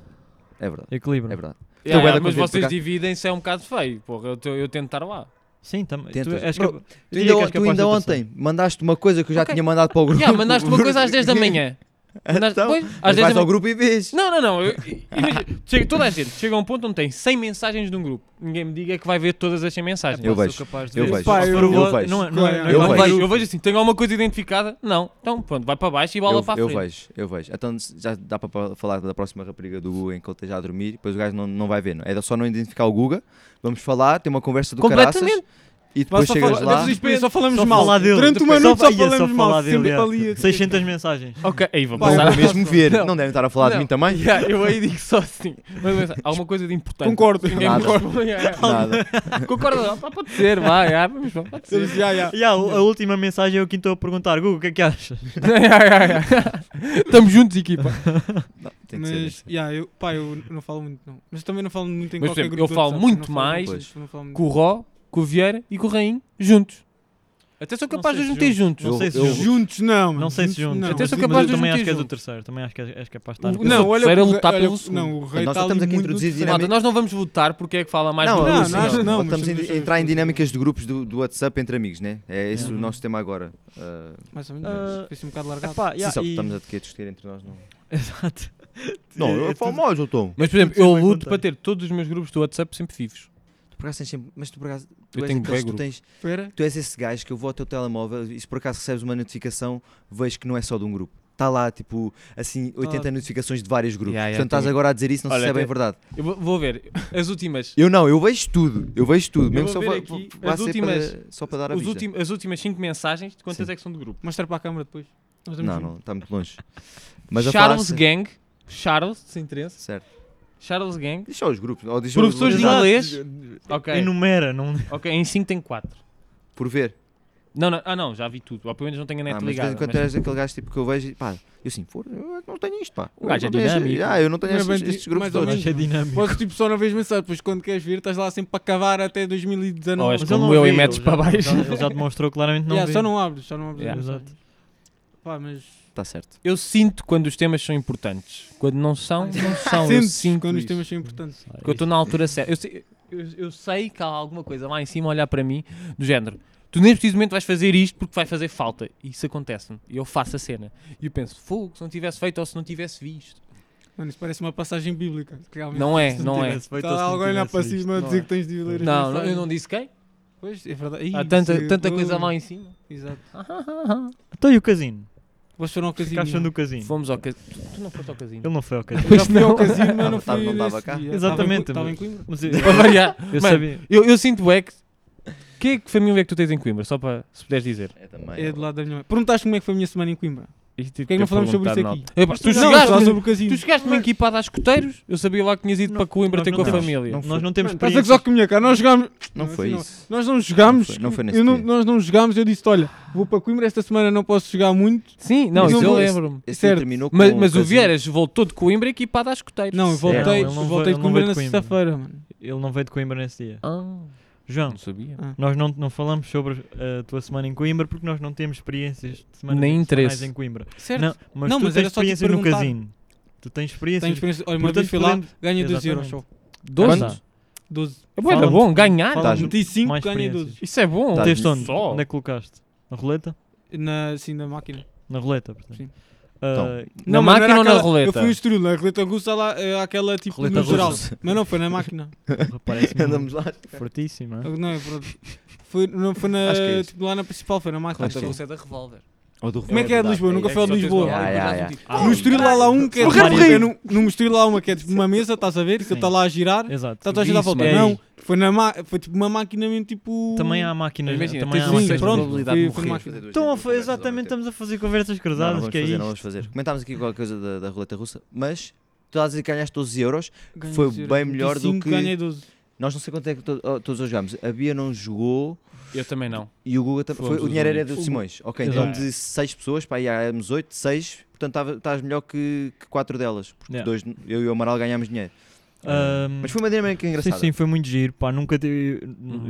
Speaker 3: É verdade.
Speaker 6: Equilíbrio.
Speaker 3: É verdade.
Speaker 4: Yeah,
Speaker 3: Eu bué da
Speaker 4: mas
Speaker 3: contente, por
Speaker 4: vocês
Speaker 3: acaso.
Speaker 4: dividem-se é um bocado feio, porra. Eu, te- eu tento estar lá.
Speaker 6: Sim, também. Tu,
Speaker 3: Tentas.
Speaker 6: és
Speaker 3: Bro,
Speaker 6: capa- eu
Speaker 3: Tu
Speaker 6: diria
Speaker 3: ainda,
Speaker 6: que és capaz de outra
Speaker 3: ontem mandaste uma coisa que eu já
Speaker 4: Ok.
Speaker 3: tinha mandado para o grupo.
Speaker 4: Já, mandaste uma coisa às 10 da manhã. Mandaste,
Speaker 3: Então,
Speaker 4: pois,
Speaker 3: Mas
Speaker 4: às 10
Speaker 3: vais
Speaker 4: da manhã.
Speaker 3: ao grupo e vês.
Speaker 4: Não, não, não. eu- imagina, chega- toda a gente chega a um ponto onde tem 100 mensagens de um grupo. Ninguém me diga que vai ver todas as 100 mensagens.
Speaker 3: Eu
Speaker 6: pessoa.
Speaker 3: vejo.
Speaker 6: Sou capaz de
Speaker 3: Eu
Speaker 6: ver.
Speaker 3: vejo.
Speaker 2: Pá,
Speaker 6: Ou se
Speaker 2: eu-
Speaker 6: for
Speaker 3: eu
Speaker 6: o-
Speaker 3: vejo.
Speaker 6: Não, é- não é- não é
Speaker 3: Eu
Speaker 4: eu,
Speaker 6: qualquer
Speaker 3: vejo.
Speaker 4: vejo, eu vejo assim, tem alguma coisa identificada? Não. Então, pronto, vai para baixo e bola
Speaker 3: Eu,
Speaker 4: para a
Speaker 3: eu
Speaker 4: frente.
Speaker 3: vejo, eu vejo. Então já dá para falar da próxima rapariga do Guga em que ele esteja a dormir, depois o gajo não, não vai ver. Não? É só não identificar o Guga, vamos falar, ter uma conversa do caraças
Speaker 4: Completamente.
Speaker 3: e depois
Speaker 2: só
Speaker 3: chegas
Speaker 2: falar-
Speaker 3: lá.
Speaker 2: depois isto- só falamos
Speaker 6: Só
Speaker 2: mal.
Speaker 6: falar dele.
Speaker 2: Durante uma
Speaker 6: Só-
Speaker 2: noite só
Speaker 6: ia, só
Speaker 2: falamos
Speaker 6: falar
Speaker 2: mal.
Speaker 6: dele,
Speaker 2: Sempre
Speaker 6: yeah.
Speaker 2: ali. a-
Speaker 6: 600 mensagens.
Speaker 4: Ok, aí vão
Speaker 2: Pá, eu
Speaker 4: passar.
Speaker 3: Não, mesmo ver,
Speaker 4: Não.
Speaker 3: não. devem estar a falar de
Speaker 4: Não.
Speaker 3: mim também.
Speaker 4: Yeah, eu aí digo só assim. Mas, mas, alguma coisa de importante.
Speaker 2: Concordo.
Speaker 4: Ninguém
Speaker 3: Nada.
Speaker 4: concorda. Yeah, yeah.
Speaker 3: Nada.
Speaker 4: Concorda? Ah, pode ser, vai. yeah, vamos, vá, pode ser.
Speaker 2: Eles- já, já.
Speaker 6: E a, a última mensagem é o que estou a perguntar. Google, o que é que achas?
Speaker 4: Estamos juntos, equipa.
Speaker 3: Tem que ser.
Speaker 2: Mas, yeah, eu, pá, eu não falo muito, não. Mas também não falo muito em
Speaker 4: Mas, por
Speaker 2: qualquer
Speaker 4: exemplo,
Speaker 2: grupo.
Speaker 4: eu
Speaker 2: de
Speaker 4: falo
Speaker 2: WhatsApp,
Speaker 4: muito
Speaker 2: não
Speaker 4: mais
Speaker 2: muito, não falo muito.
Speaker 4: Com o Ró, com o Vieira e com o Rainho, juntos. Até sou
Speaker 6: Não
Speaker 4: capaz de
Speaker 6: sei
Speaker 4: os
Speaker 6: se
Speaker 4: meter juntos.
Speaker 6: Não sei se
Speaker 3: Eu- eu-
Speaker 6: juntos.
Speaker 2: Juntos não, mano.
Speaker 6: Não sei se juntos.
Speaker 2: Não,
Speaker 4: Até
Speaker 6: Mas,
Speaker 4: sou
Speaker 6: mas
Speaker 4: capaz de
Speaker 6: eu também
Speaker 4: juntar
Speaker 6: acho que és o
Speaker 4: junto.
Speaker 6: terceiro. Também acho que és, és capaz de estar.
Speaker 4: O-
Speaker 6: no-
Speaker 4: não,
Speaker 2: olha
Speaker 4: terceiro é
Speaker 2: que o-
Speaker 4: lutar
Speaker 2: olha
Speaker 4: pelo
Speaker 2: que-
Speaker 4: segundo.
Speaker 2: Não, o rei
Speaker 3: Nós
Speaker 2: está
Speaker 3: só estamos
Speaker 2: ali
Speaker 3: a
Speaker 2: muito
Speaker 3: introduzir
Speaker 2: do-
Speaker 4: Malta,
Speaker 3: dinâmica.
Speaker 4: nós não vamos votar porque é que fala mais
Speaker 3: não,
Speaker 4: que o
Speaker 2: não,
Speaker 3: não,
Speaker 4: Luís,
Speaker 2: nós-
Speaker 4: senhor.
Speaker 2: não, mas
Speaker 3: estamos
Speaker 2: estamos
Speaker 3: a
Speaker 2: a
Speaker 3: entrar em
Speaker 2: fazer-
Speaker 3: dinâmicas de grupos do, do WhatsApp entre amigos, né? É esse o
Speaker 6: Uhum.
Speaker 3: nosso tema agora. Ah,
Speaker 2: Mais ou
Speaker 6: Ah,
Speaker 2: menos. Foi assim um bocado largado.
Speaker 6: Epá, yeah,
Speaker 3: sim, só que
Speaker 6: e-
Speaker 3: estamos a aqui a discutir entre nós, não?
Speaker 6: Exato.
Speaker 3: Não,
Speaker 6: É
Speaker 3: eu falo
Speaker 6: tudo-
Speaker 3: mais, eu tomo.
Speaker 4: Mas, por exemplo,
Speaker 6: Tudo
Speaker 4: eu
Speaker 6: é bem
Speaker 4: luto
Speaker 6: contado.
Speaker 4: para ter todos os meus grupos do WhatsApp sempre vivos.
Speaker 3: Tu por acaso tens sempre. Mas tu por acaso. Tu
Speaker 4: Eu
Speaker 3: és,
Speaker 4: tenho
Speaker 3: aqueles
Speaker 4: bué
Speaker 3: que tu,
Speaker 4: grupo.
Speaker 3: tens,
Speaker 2: Espera.
Speaker 3: tu és esse gajo que eu vou ao teu telemóvel e se por acaso recebes uma notificação, vejo que não é só de um grupo. está lá, tipo, assim, 80 notificações de vários grupos.
Speaker 4: Yeah, yeah,
Speaker 3: Portanto, estás
Speaker 4: tenho-
Speaker 3: agora a dizer isso, não
Speaker 4: Olha,
Speaker 3: se é bem
Speaker 4: até-
Speaker 3: verdade.
Speaker 4: Eu vou, vou ver as últimas.
Speaker 3: Eu não, eu vejo tudo, eu vejo tudo.
Speaker 4: Eu
Speaker 3: mesmo
Speaker 4: vou
Speaker 3: só,
Speaker 4: ver
Speaker 3: pa-
Speaker 4: aqui
Speaker 3: vai
Speaker 4: as
Speaker 3: ser
Speaker 4: últimas-
Speaker 3: para- só para dar a
Speaker 4: os
Speaker 3: vista.
Speaker 4: ultim- as últimas 5 mensagens, de quantas
Speaker 3: Sim.
Speaker 4: é que são do grupo?
Speaker 2: Mostra para a câmara depois. Nós estamos
Speaker 3: Não,
Speaker 2: juntos.
Speaker 3: não, está muito longe. Mas a falar
Speaker 4: Charles
Speaker 3: se-
Speaker 4: Gang. Charles, sem interesse.
Speaker 3: Certo.
Speaker 4: Charles Gang.
Speaker 3: Diz só os grupos. Ou diz só os
Speaker 4: Professores de
Speaker 3: grupos.
Speaker 6: Exato.
Speaker 4: inglês. Ok.
Speaker 6: Enumera, não.
Speaker 4: Ok, em 5 tem 4.
Speaker 3: Por ver.
Speaker 4: Não, não, ah não, já vi tudo. Ou pelo menos não
Speaker 2: é
Speaker 4: tenho a net
Speaker 3: Ah, mas de vez
Speaker 4: ligada.
Speaker 3: em quando
Speaker 4: mas-
Speaker 3: eras
Speaker 2: assim.
Speaker 3: aquele gajo tipo, que eu vejo e pá, eu assim, for, eu não tenho isto, pá.
Speaker 4: O gajo
Speaker 3: Eu
Speaker 4: é
Speaker 3: não tenho estes-
Speaker 4: dinâmico.
Speaker 3: Ah, eu não tenho
Speaker 2: Não é
Speaker 3: estes,
Speaker 2: bem-
Speaker 3: estes grupos
Speaker 2: mais ou
Speaker 3: todos.
Speaker 2: menos.
Speaker 6: Acho é dinâmico.
Speaker 2: Podes tipo só não vez mensagem, depois quando queres vir estás lá sempre para cavar até 2019.
Speaker 4: Ou és
Speaker 6: Mas
Speaker 4: como
Speaker 6: ele não
Speaker 4: eu e
Speaker 6: vê,
Speaker 4: metes
Speaker 6: ele
Speaker 4: para
Speaker 6: já-
Speaker 4: baixo.
Speaker 6: Ele já demonstrou claramente não.
Speaker 2: Yeah,
Speaker 6: vê.
Speaker 2: só não abres, só não abres.
Speaker 4: Yeah.
Speaker 2: Exato.
Speaker 6: Exato.
Speaker 2: Pá, mas
Speaker 3: Está Tá certo.
Speaker 4: Eu sinto quando os temas são importantes. Quando não são, não são. eu
Speaker 2: sentes
Speaker 4: sinto
Speaker 2: quando os
Speaker 4: isso.
Speaker 2: temas são importantes.
Speaker 4: Porque eu estou na altura certa. Eu sei, eu- eu sei que há alguma coisa lá em cima a olhar para mim, do género. Tu neste preciso momento vais fazer isto porque vai fazer falta. E isso acontece-me. E eu faço a cena. E eu penso, fogo, se não tivesse feito ou se não tivesse visto.
Speaker 2: Mano, isso parece uma passagem bíblica. Realmente.
Speaker 4: Não é, não é.
Speaker 2: Está lá Tá alguém olhar para cima a
Speaker 4: Não
Speaker 2: dizer
Speaker 4: é.
Speaker 2: que tens de ler as
Speaker 4: Não, não,
Speaker 2: mensagens.
Speaker 4: eu não disse quem.
Speaker 2: Pois, é verdade. Ih,
Speaker 4: Há tanta,
Speaker 2: isso-
Speaker 4: tanta
Speaker 2: oh,
Speaker 4: coisa lá em cima.
Speaker 2: Exato.
Speaker 6: Então e o casino?
Speaker 2: Vocês foram ao
Speaker 6: O que
Speaker 2: casino.
Speaker 6: acham do casino?
Speaker 4: Fomos ao casino. Tu, tu não foste ao casino.
Speaker 6: Ele não foi ao casino.
Speaker 2: Eu já fui ao casino, mas não
Speaker 3: Não tava-
Speaker 2: fui
Speaker 3: não tava
Speaker 2: nesse
Speaker 3: cá.
Speaker 2: dia.
Speaker 6: Exatamente,
Speaker 2: Estava em
Speaker 6: mas-
Speaker 2: Coimbra.
Speaker 6: Mas eu,
Speaker 4: Para variar.
Speaker 6: eu
Speaker 4: Mano,
Speaker 6: sabia.
Speaker 4: Eu, eu sinto é que. Que, é que família é que tu tens em Coimbra? Só para se puderes dizer. tipo,
Speaker 3: É também.
Speaker 2: É do lado da minha mãe. Perguntaste como é que foi a minha semana em Coimbra. é
Speaker 4: Porquê
Speaker 2: que não falamos sobre isso aqui?
Speaker 4: Epá, tu
Speaker 2: Não, falar
Speaker 4: chegaste,
Speaker 2: sobre o casino.
Speaker 4: tu chegaste-me equipado às escoteiros? Eu sabia lá que tinhas ido
Speaker 6: Não,
Speaker 4: para Coimbra
Speaker 6: nós
Speaker 4: ter
Speaker 6: não
Speaker 4: com a
Speaker 6: temos.
Speaker 4: família.
Speaker 3: Não
Speaker 6: Nós
Speaker 3: foi.
Speaker 6: não temos
Speaker 2: Mano, Estás a gozar
Speaker 6: experiências.
Speaker 2: com a minha cara. Nós jogámos.
Speaker 3: Não
Speaker 2: Não,
Speaker 3: foi
Speaker 2: assim,
Speaker 3: isso.
Speaker 2: Nós não jogámos.
Speaker 3: Não foi- não foi nesse
Speaker 2: eu não,
Speaker 3: dia.
Speaker 2: nós não jogámos. Eu disse: olha, vou para Coimbra esta semana, não posso jogar muito.
Speaker 4: Sim, não,
Speaker 2: Mas
Speaker 4: isso
Speaker 2: não
Speaker 4: eu
Speaker 2: vou-
Speaker 4: lembro-me.
Speaker 3: Esse
Speaker 2: Certo.
Speaker 3: terminou com
Speaker 4: Mas,
Speaker 3: um
Speaker 4: mas o
Speaker 3: casinho.
Speaker 4: Vieiras voltou de Coimbra equipado às escoteiras.
Speaker 2: Não, eu
Speaker 6: Não,
Speaker 2: voltei,
Speaker 6: É ele não
Speaker 2: voltei
Speaker 6: veio-
Speaker 2: de
Speaker 6: ele não
Speaker 2: Coimbra
Speaker 6: veio
Speaker 2: na
Speaker 6: de Coimbra.
Speaker 2: sexta-feira, mano.
Speaker 6: Ele não veio de Coimbra nesse dia.
Speaker 4: Ah,
Speaker 6: João,
Speaker 4: não sabia.
Speaker 6: nós não, não falamos sobre eh, a tua semana em Coimbra porque nós não temos experiências de semana
Speaker 4: Nem interesse.
Speaker 6: em Coimbra.
Speaker 2: Certo?
Speaker 6: Não, mas
Speaker 2: Não,
Speaker 6: tu
Speaker 2: mas
Speaker 6: tens
Speaker 2: era só te
Speaker 6: experiências no
Speaker 2: perguntar.
Speaker 6: casino. Tu tens
Speaker 2: Tenho
Speaker 6: experiências.
Speaker 2: experiência. Olha, uma vez
Speaker 6: Portanto,
Speaker 2: fui lá,
Speaker 6: podemos-
Speaker 2: ganhei 2 euros
Speaker 6: Exatamente.
Speaker 2: só.
Speaker 4: Doze?
Speaker 6: Quanto?
Speaker 2: 12.
Speaker 4: É bué da
Speaker 6: Fala-me-
Speaker 4: bom, ganhar.
Speaker 6: fala-me
Speaker 3: Ah, Estás-
Speaker 2: Meti 5,
Speaker 6: mais
Speaker 2: ganhei
Speaker 6: experiências.
Speaker 2: 12.
Speaker 4: Isso é bom.
Speaker 3: Tá.
Speaker 6: Teste onde?
Speaker 4: Só.
Speaker 6: Onde é que colocaste? Na roleta?
Speaker 2: Na, assim, na máquina.
Speaker 6: Na roleta, portanto.
Speaker 2: Sim.
Speaker 3: Então.
Speaker 6: Ah,
Speaker 4: Na
Speaker 2: mas era
Speaker 4: máquina ou na
Speaker 2: aquela-
Speaker 4: roleta?
Speaker 2: Eu fui no estrilo, na roleta russa lá, eh, aquela tipo
Speaker 4: Roleta
Speaker 2: no geral.
Speaker 3: russa.
Speaker 2: Mas não, foi na máquina.
Speaker 6: Parece-me
Speaker 3: Andamos lá.
Speaker 6: é assim fortíssimo. hein?
Speaker 2: não, é pronto. Foi, não, foi na,
Speaker 3: Acho que é isso.
Speaker 2: tipo, lá na principal, foi na máquina.
Speaker 3: Acho que é
Speaker 4: é da Revolver.
Speaker 3: Ou do
Speaker 2: Como é que é de Lisboa? Nunca foi a de Lisboa.
Speaker 3: Yeah, yeah, yeah.
Speaker 6: Ah,
Speaker 2: No estrilo lá, lá um que é
Speaker 6: O Rei do
Speaker 2: tipo,
Speaker 6: Rio.
Speaker 2: é num- num estrilo lá uma que é tipo uma mesa, estás a ver? Que
Speaker 6: Sim.
Speaker 2: está lá a girar.
Speaker 6: Exato.
Speaker 2: Está a girar a
Speaker 4: Isso,
Speaker 2: volta.
Speaker 6: mas-
Speaker 2: Não, foi, na ma- foi tipo uma máquina mesmo tipo.
Speaker 6: Também há máquinas.
Speaker 4: Imagina,
Speaker 6: também há
Speaker 4: tens um
Speaker 6: máquinas.
Speaker 4: seis
Speaker 2: pronto,
Speaker 4: probabilidade de
Speaker 2: foi- foi
Speaker 4: morrer.
Speaker 2: máquina.
Speaker 6: Então, a- exatamente, estamos a fazer conversas
Speaker 3: Não, não
Speaker 6: cruzadas,
Speaker 3: vamos
Speaker 6: que é
Speaker 3: fazer, não
Speaker 6: isto.
Speaker 3: vamos fazer. Comentámos aqui qualquer coisa da, da roleta russa, mas tu estás a dizer que ganhaste 12 euros.
Speaker 2: Ganhei
Speaker 3: Foi
Speaker 2: 12 euros.
Speaker 3: bem melhor do
Speaker 2: 25,
Speaker 3: que-
Speaker 2: Ganhei 12.
Speaker 3: Nós não sei quanto é que to- oh, todos nós jogámos. A Bia não jogou
Speaker 4: Eu também não.
Speaker 3: e o Guga também.
Speaker 4: Fomos
Speaker 3: Foi, o
Speaker 4: os
Speaker 3: dinheiro era
Speaker 4: únicos.
Speaker 3: do Simões. Ok, então
Speaker 6: Exato.
Speaker 3: de 6 pessoas, pá, aí éramos 8, 6. Portanto, tava- estás melhor que 4 delas. Porque
Speaker 6: Yeah.
Speaker 3: dois, eu e o Amaral ganhámos dinheiro.
Speaker 6: Ahm,
Speaker 3: Mas foi uma dinâmica
Speaker 6: Sim,
Speaker 3: engraçada.
Speaker 6: sim, foi muito giro, pá, nunca, te- eu,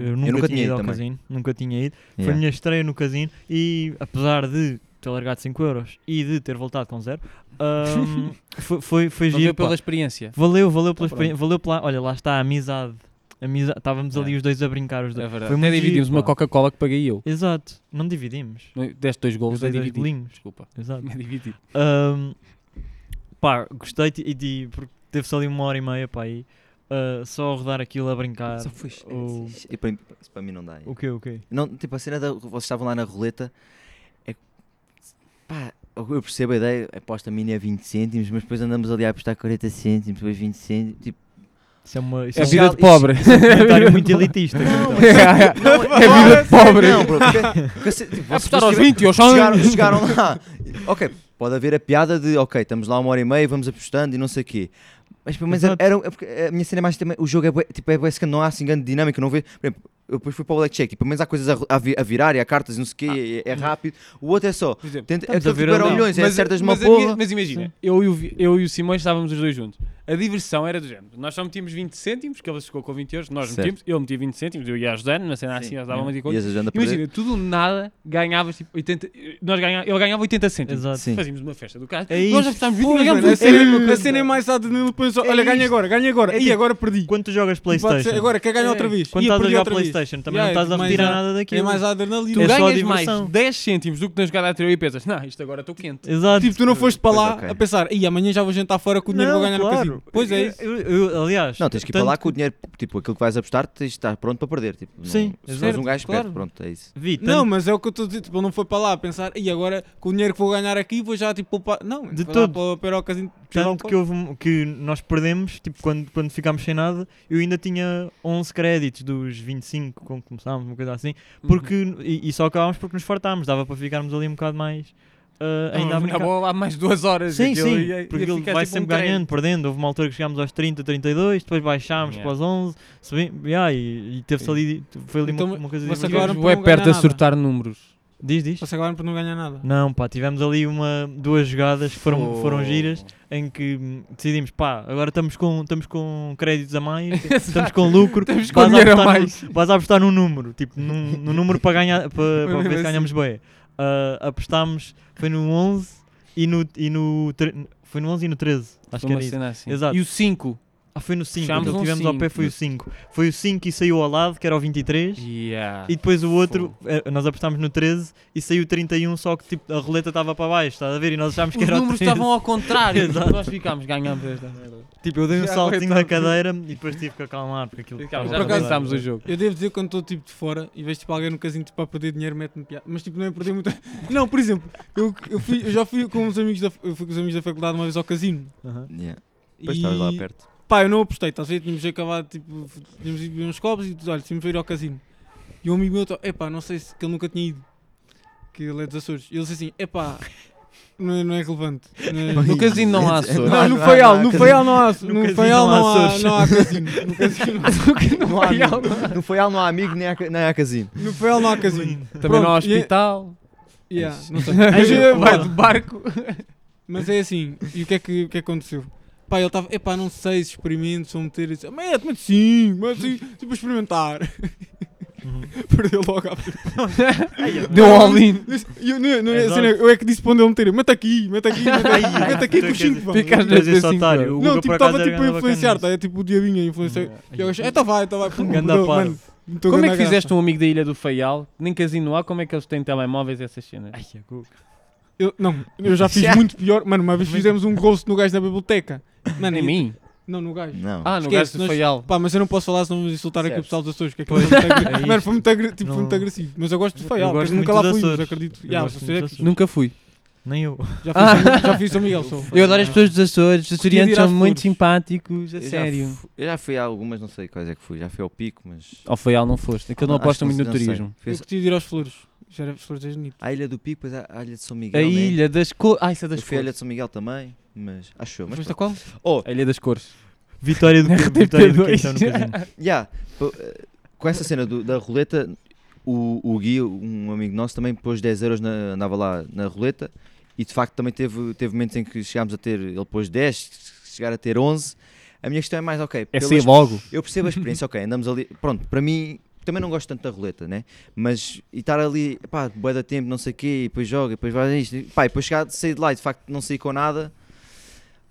Speaker 6: eu nunca,
Speaker 3: nunca
Speaker 6: tinha
Speaker 3: tinha
Speaker 6: ido ao
Speaker 3: ido também.
Speaker 6: casino, nunca tinha ido, foi a
Speaker 3: Yeah.
Speaker 6: minha estreia no casino e apesar de ter largado 5 euros e de ter voltado com zero, ahm, foi, foi, foi
Speaker 4: Valeu
Speaker 6: giro,
Speaker 4: pela
Speaker 6: pá.
Speaker 4: experiência.
Speaker 6: valeu, valeu pela
Speaker 4: Tá
Speaker 6: experiência, valeu pela, olha lá está a amizade, Amiza- estávamos ali
Speaker 4: Yeah.
Speaker 6: os dois a brincar os
Speaker 4: É
Speaker 6: dois,
Speaker 4: verdade.
Speaker 6: foi
Speaker 4: Até
Speaker 6: muito
Speaker 4: dividimos
Speaker 6: giro,
Speaker 4: uma
Speaker 6: pá.
Speaker 4: Coca-Cola que paguei eu.
Speaker 6: exato, não dividimos,
Speaker 4: Deste dois golos,
Speaker 6: Gostei
Speaker 4: é
Speaker 6: dos
Speaker 4: dividido.
Speaker 6: bolinhos,
Speaker 4: Desculpa.
Speaker 6: exato,
Speaker 4: É dividido.
Speaker 6: Ahm, pá, gostei e de, porque teve-se ali uma hora e meia, pá, aí, ah, só a rodar aquilo a brincar,
Speaker 3: Só foi-
Speaker 6: o-
Speaker 3: E para, mim- isso para mim não dá.
Speaker 6: o que, o que?
Speaker 3: Não, tipo, a cena da. Vocês estavam lá na roleta. É, pá, eu percebo a ideia. Aposta mini a 20 cêntimos, mas depois andamos ali a apostar 40 cêntimos, depois 20 cêntimos. Tipo,
Speaker 6: Isso é uma, isso
Speaker 4: É
Speaker 6: é um-
Speaker 4: vida de pobre.
Speaker 6: comentário muito elitista. então.
Speaker 4: É vida de pobre.
Speaker 3: Não, bro. Porque, porque, se- tipo,
Speaker 4: É
Speaker 3: vocês
Speaker 4: apostar aos
Speaker 3: tiveram-
Speaker 4: 20 ou
Speaker 3: chegaram, chegaram lá. Ok, pode haver a piada de, ok, estamos lá uma hora e meia, vamos apostando e não sei o quê. Mas pelo menos era,
Speaker 6: Exato.
Speaker 3: era- é porque a minha cena é mais também. O jogo é bué- tipo, é bué secante, não há assim grande dinâmica, não vê. Por exemplo, eu depois fui para o blackjack e pelo menos há coisas a, ro- a vi- a virar e há cartas e não sei o quê, e é, é rápido. O outro é só.
Speaker 4: Por exemplo,
Speaker 3: Tenta, é
Speaker 6: estamos a
Speaker 3: tipo,
Speaker 6: ver
Speaker 3: era
Speaker 6: ali.
Speaker 3: olhões, é certas uma
Speaker 4: mas, a minha-
Speaker 3: porra.
Speaker 4: mas imagina, eu e, o, Vi- eu e o Simões estávamos os dois juntos. A diversão era do género. Nós só metíamos 20 cêntimos, que ele ficou com 20 euros, nós
Speaker 3: Certo.
Speaker 4: metíamos, eu metia 20 cêntimos, eu ia ajudando, mas cena assim, nós dávamos de
Speaker 3: E
Speaker 4: conta.
Speaker 3: as agendas para
Speaker 4: Imagina, tudo nada ganhavas tipo 80. Nós ganha, ele ganhava 80 cêntimos.
Speaker 6: Exato.
Speaker 3: Sim.
Speaker 4: Fazíamos uma festa do caso.
Speaker 6: É isso.
Speaker 4: nós já apostámos 20 e
Speaker 2: Pois,
Speaker 4: ganhámos
Speaker 2: mano, a
Speaker 4: 80.
Speaker 2: cena é uma coisa- a cena é mais à de Nilo Pensou. Olha, ganha agora, ganha agora.
Speaker 6: É
Speaker 2: e
Speaker 6: tipo-
Speaker 2: agora perdi.
Speaker 6: Quando tu jogas
Speaker 2: E pode ser,
Speaker 6: Playstation,
Speaker 2: Agora, quer ganhar
Speaker 4: É.
Speaker 2: outra vez?
Speaker 6: quando
Speaker 2: Ih,
Speaker 6: estás a
Speaker 2: perdi
Speaker 6: jogar
Speaker 2: outra vez.
Speaker 6: Playstation, também
Speaker 2: Yeah,
Speaker 6: não estás a
Speaker 2: mais
Speaker 6: retirar
Speaker 2: a-
Speaker 6: nada
Speaker 2: É
Speaker 6: daquilo.
Speaker 2: mais à
Speaker 4: Tu
Speaker 2: adrenalina.
Speaker 6: É só a
Speaker 4: ganhas
Speaker 6: diversão.
Speaker 4: mais 10 cêntimos do que na jogada anterior e pensas, não, isto agora estou quente.
Speaker 6: Exato.
Speaker 2: Tipo, tu não foste para lá
Speaker 3: ok.
Speaker 2: a pensar, e amanhã já vou jantar fora com o dinheiro
Speaker 6: é, Não,
Speaker 2: que vou ganhar no
Speaker 6: claro.
Speaker 2: casino.
Speaker 6: dinheiro.
Speaker 2: Pois é isso.
Speaker 6: Eu- eu- aliás,
Speaker 3: Não, tens que ir
Speaker 6: tanto
Speaker 3: para lá com o dinheiro, tipo, aquilo que vais apostar, tens de estar pronto para perder. Tipo, não-
Speaker 6: Sim,
Speaker 3: se fores
Speaker 6: certo,
Speaker 3: um gajo
Speaker 6: claro.
Speaker 3: perde, pronto, é isso.
Speaker 6: Vi,
Speaker 2: Não,
Speaker 6: tanto,
Speaker 2: mas é o que eu estou a dizer. Tipo, ele não foi para lá a pensar, e agora com o dinheiro que vou ganhar aqui vou já tipo poupar. Não,
Speaker 6: De
Speaker 2: foi
Speaker 6: todo.
Speaker 2: Lá para, para o casino, tipo,
Speaker 6: tanto que, houve um- que nós perdemos, tipo, quando, quando ficámos sem nada, eu ainda tinha 11 créditos dos 25, quando começámos, uma coisa assim,
Speaker 2: Uhum.
Speaker 6: porque, e, e só acabámos porque nos fartámos, dava para ficarmos ali um bocado mais... ah, ainda a
Speaker 4: Ainda
Speaker 6: brincar.
Speaker 4: há mais duas horas.
Speaker 6: Sim,
Speaker 4: aquilo
Speaker 6: sim,
Speaker 4: ia- ia
Speaker 6: porque ele
Speaker 4: ficar
Speaker 6: vai
Speaker 4: tipo um
Speaker 6: sempre
Speaker 4: treino.
Speaker 6: ganhando, perdendo. Houve uma altura que chegámos aos 30, 32, depois baixámos
Speaker 4: Yeah.
Speaker 6: para os 11, subimos, yeah, e, e teve-se ali, foi ali uma-
Speaker 2: Então,
Speaker 6: uma, coisa
Speaker 2: vocês
Speaker 6: divertida.
Speaker 2: acabaram
Speaker 4: Tivemos
Speaker 2: por
Speaker 4: bué
Speaker 2: não ganhar
Speaker 4: é perto a
Speaker 2: nada.
Speaker 4: surtar números.
Speaker 6: Diz, diz.
Speaker 2: Vocês acabaram por não ganhar nada.
Speaker 6: Não, pá, tivemos ali uma, duas jogadas que foram,
Speaker 3: Oh.
Speaker 6: foram giras, em que hum, decidimos, pá, agora estamos com, estamos com créditos a mais, estamos com lucro,
Speaker 4: Estamos com
Speaker 6: vais
Speaker 4: dinheiro a
Speaker 6: apostar num-
Speaker 4: mais.
Speaker 6: Vais a apostar num número, tipo, num, num número para ganhar, para, para ver se
Speaker 4: Assim.
Speaker 6: ganhamos bem. Ah, apostámos, foi no 11 e no, e no, tre- foi no 11 e no 13, acho
Speaker 4: Foi
Speaker 6: que
Speaker 4: uma
Speaker 6: era isso.
Speaker 4: cena assim.
Speaker 6: Exato.
Speaker 4: E o 5.
Speaker 6: Ah, foi no 5,
Speaker 4: Fechámos
Speaker 6: aquele que
Speaker 4: um
Speaker 6: tivemos ao pé
Speaker 4: cinco.
Speaker 6: foi o 5. Foi o 5 e saiu ao lado, que era o 23.
Speaker 4: Yeah.
Speaker 6: E depois o outro, eh, nós apostámos no 13 e saiu 31, só que tipo, a roleta estava para baixo, estás a ver? E nós achámos que
Speaker 4: Os
Speaker 6: era o
Speaker 4: números
Speaker 6: 13.
Speaker 4: estavam ao contrário.
Speaker 6: Exato.
Speaker 4: Nós ficámos, ganhámos esta merda.
Speaker 6: Tipo, eu dei um
Speaker 4: Já
Speaker 6: saltinho
Speaker 4: aguentava.
Speaker 6: na cadeira e depois tive que acalmar, porque aquilo
Speaker 4: Ficámos,
Speaker 6: estava
Speaker 4: já
Speaker 6: a rodar.
Speaker 4: começámos o jogo.
Speaker 2: Eu devo dizer que quando estou tipo de fora e vejo tipo alguém no casino tipo, a perder dinheiro, mete-me piada. Mas tipo, não é perder muito. Não, por exemplo, eu, eu, fui- eu já fui com uns amigos da, eu fui com os amigos da faculdade uma vez ao casino.
Speaker 6: Aham.
Speaker 3: Yeah. Depois
Speaker 2: e...
Speaker 3: estavas lá perto.
Speaker 2: Pá, eu não apostei, estás a ver? Tínhamos acabado, tipo, f- tínhamos ido beber uns copos e olha, tínhamos de ir ao casino. E um amigo meu, tá- epá, não sei se que ele nunca tinha ido, que ele é dos Açores. E ele disse assim, epá, não é, não é relevante. Não é-
Speaker 4: No casino não há Açores.
Speaker 2: Não, no
Speaker 3: não há-
Speaker 2: Faial,
Speaker 3: não há
Speaker 2: no
Speaker 3: casino.
Speaker 2: Faial não há, no
Speaker 6: casino
Speaker 2: Faial
Speaker 6: não há
Speaker 2: não há,
Speaker 6: Açores.
Speaker 2: não há casino. No casino,
Speaker 3: Não há amigo. No Faial não há amigo nem há, ca- nem há casino.
Speaker 2: no Faial não há casino.
Speaker 4: Também não há
Speaker 2: Pronto, e-
Speaker 4: hospital.
Speaker 2: Yeah,
Speaker 3: Isso.
Speaker 2: não sei. Mas, é,
Speaker 4: Vai de barco.
Speaker 2: mas é assim, e o que é que, o que é que aconteceu? Pá, ele estava, epá, não sei se experimento, se vou meter, isso. mas é, mete 5, mas sim, tipo, experimentar.
Speaker 6: Uhum.
Speaker 2: Perdeu logo a
Speaker 4: Deu um all-in.
Speaker 2: Eu, não, não, é
Speaker 6: Exato.
Speaker 2: assim, não é- eu é que disse para onde ele meter, mete aqui, mete aqui, mete
Speaker 6: Ai,
Speaker 2: aqui,
Speaker 6: ai,
Speaker 2: mete aqui com os
Speaker 6: tu é que
Speaker 2: 5,
Speaker 6: és-
Speaker 4: Ficaste
Speaker 6: tu és esse
Speaker 4: assim,
Speaker 6: otário. O Hugo,
Speaker 2: Não,
Speaker 6: por
Speaker 2: tipo,
Speaker 6: acaso,
Speaker 2: estava
Speaker 6: era
Speaker 2: tipo a
Speaker 6: grande
Speaker 2: influenciar,
Speaker 6: bacana
Speaker 2: tá? É tipo o diabinho a influenciar.
Speaker 6: nisso.
Speaker 2: E eu acho, então vai, então vai.
Speaker 6: Um ganda
Speaker 2: mudou,
Speaker 6: par.
Speaker 2: mano, mudou
Speaker 4: Como é
Speaker 2: ganda
Speaker 4: que fizeste
Speaker 2: graça.
Speaker 4: um amigo da Ilha do Faial? Nem casino há, como é que eles têm telemóveis e essas cenas?
Speaker 6: Ai, é Hugo.
Speaker 4: um-
Speaker 2: Eu, não, eu já
Speaker 4: é-
Speaker 2: fiz muito pior. Mano, uma vez fizemos um ghost no gajo da biblioteca. Mano,
Speaker 4: é Nem
Speaker 2: eu-
Speaker 4: mim?
Speaker 2: Não, no gajo.
Speaker 3: Não.
Speaker 4: Ah, no
Speaker 2: Esquece,
Speaker 4: gajo do
Speaker 2: nós-
Speaker 4: Faial.
Speaker 2: Pá, mas eu não posso falar senão vamos insultar aqui o
Speaker 3: Certo.
Speaker 2: pessoal dos Açores. Que é que
Speaker 6: Pois.
Speaker 2: foi muito agre-
Speaker 6: É
Speaker 2: Mano,
Speaker 6: isso.
Speaker 2: foi muito, agre- tipo, foi
Speaker 6: Não-
Speaker 2: muito agressivo. Mas eu gosto de
Speaker 6: Eu
Speaker 2: feial, mas
Speaker 6: gosto
Speaker 2: nunca
Speaker 6: muito
Speaker 2: lá
Speaker 6: dos
Speaker 2: fui, mas
Speaker 6: Açores.
Speaker 2: acredito.
Speaker 6: Eu
Speaker 2: Já,
Speaker 6: gosto
Speaker 2: vocês
Speaker 6: muito
Speaker 2: é
Speaker 6: dos
Speaker 2: que-
Speaker 4: Nunca fui. tá?
Speaker 6: Nem eu.
Speaker 2: já fui São- já fui São Miguel. sou.
Speaker 4: Eu adoro as pessoas dos Açores, os açorianos
Speaker 2: ir às
Speaker 4: são muito
Speaker 2: flores.
Speaker 4: simpáticos, a
Speaker 3: Eu já
Speaker 4: sério.
Speaker 3: fu- Eu já fui a algumas, não sei quais é que fui. Já fui ao pico, mas.
Speaker 4: Ao Faial não foste, é que eu não
Speaker 3: acho
Speaker 4: aposto
Speaker 3: que
Speaker 4: muito no
Speaker 3: não sei.
Speaker 4: turismo.
Speaker 3: Fui
Speaker 2: Eu
Speaker 3: a-
Speaker 2: curti de ir aos Flores. Já era as Flores desde Nito.
Speaker 3: à Ilha do Pico, depois à à Ilha de São Miguel.
Speaker 4: A
Speaker 3: né?
Speaker 4: Ilha das Cores. Ah, isso é
Speaker 3: Eu
Speaker 4: das tá
Speaker 3: fui à Ilha
Speaker 4: Cores.
Speaker 3: de São Miguel também, mas. Acho eu. Mas
Speaker 4: Foste a qual?
Speaker 3: Oh.
Speaker 4: A Ilha das Cores.
Speaker 6: Vitória do
Speaker 4: RTP2.
Speaker 6: Vitória do Quintão no casino.
Speaker 3: Yeah, pô, eh, com essa cena do- da roleta, o, o Gui, um amigo nosso, também pôs 10 euros, na, andava lá na roleta e de facto também teve, teve momentos em que chegámos a ter, ele pôs 10, chegar a ter 11. A minha questão é mais, ok,
Speaker 4: É
Speaker 3: pelas-
Speaker 4: ser logo.
Speaker 3: eu percebo a experiência, ok, andamos ali, pronto, para mim, também não gosto tanto da roleta, né? Mas, e estar ali, pá, bué da tempo, não sei o quê, e depois joga, e depois vai isto, e, pá, e depois chegar, sair de lá e de facto não sair com nada,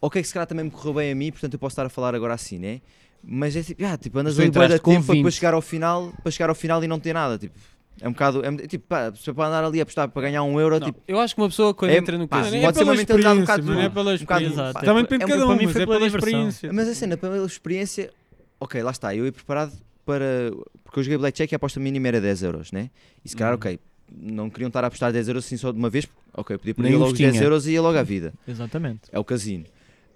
Speaker 3: ok, que se calhar também me correu bem a mim, portanto eu posso estar a falar agora assim, né? Mas é tipo, ah, tipo, andas
Speaker 4: Mas tu
Speaker 3: ali bué da
Speaker 4: entraste com
Speaker 3: tempo para
Speaker 4: 20.
Speaker 3: depois chegar ao final, para chegar ao final e não ter nada, tipo, é um bocado, é, tipo, pá, se é para andar ali a apostar para ganhar um euro,
Speaker 4: Não,
Speaker 3: tipo,
Speaker 4: eu acho que uma pessoa quando
Speaker 3: é-
Speaker 4: entra no
Speaker 3: pá,
Speaker 4: casino.
Speaker 3: pode ser uma mentalidade um bocado,
Speaker 2: mano, é pela
Speaker 3: um bocado-
Speaker 2: experiência.
Speaker 6: Exato.
Speaker 2: Também depende
Speaker 3: É
Speaker 2: de
Speaker 3: um-
Speaker 2: cada
Speaker 6: para
Speaker 2: um,
Speaker 6: mim
Speaker 2: mas
Speaker 6: foi
Speaker 2: é
Speaker 6: pela
Speaker 2: pela
Speaker 6: diversão.
Speaker 2: experiência.
Speaker 3: Mas a cena, pela experiência, ok, lá está, eu ia preparado para. Porque eu joguei Blackjack e a aposta mínima era 10 euros, né? E se calhar, ok, não queriam estar a apostar 10 euros assim só de uma vez, porque, ok, podia perder
Speaker 4: Nem
Speaker 3: logo
Speaker 4: os
Speaker 3: os 10
Speaker 4: tinha.
Speaker 3: euros e ia logo à vida.
Speaker 6: Exatamente.
Speaker 3: É o casino.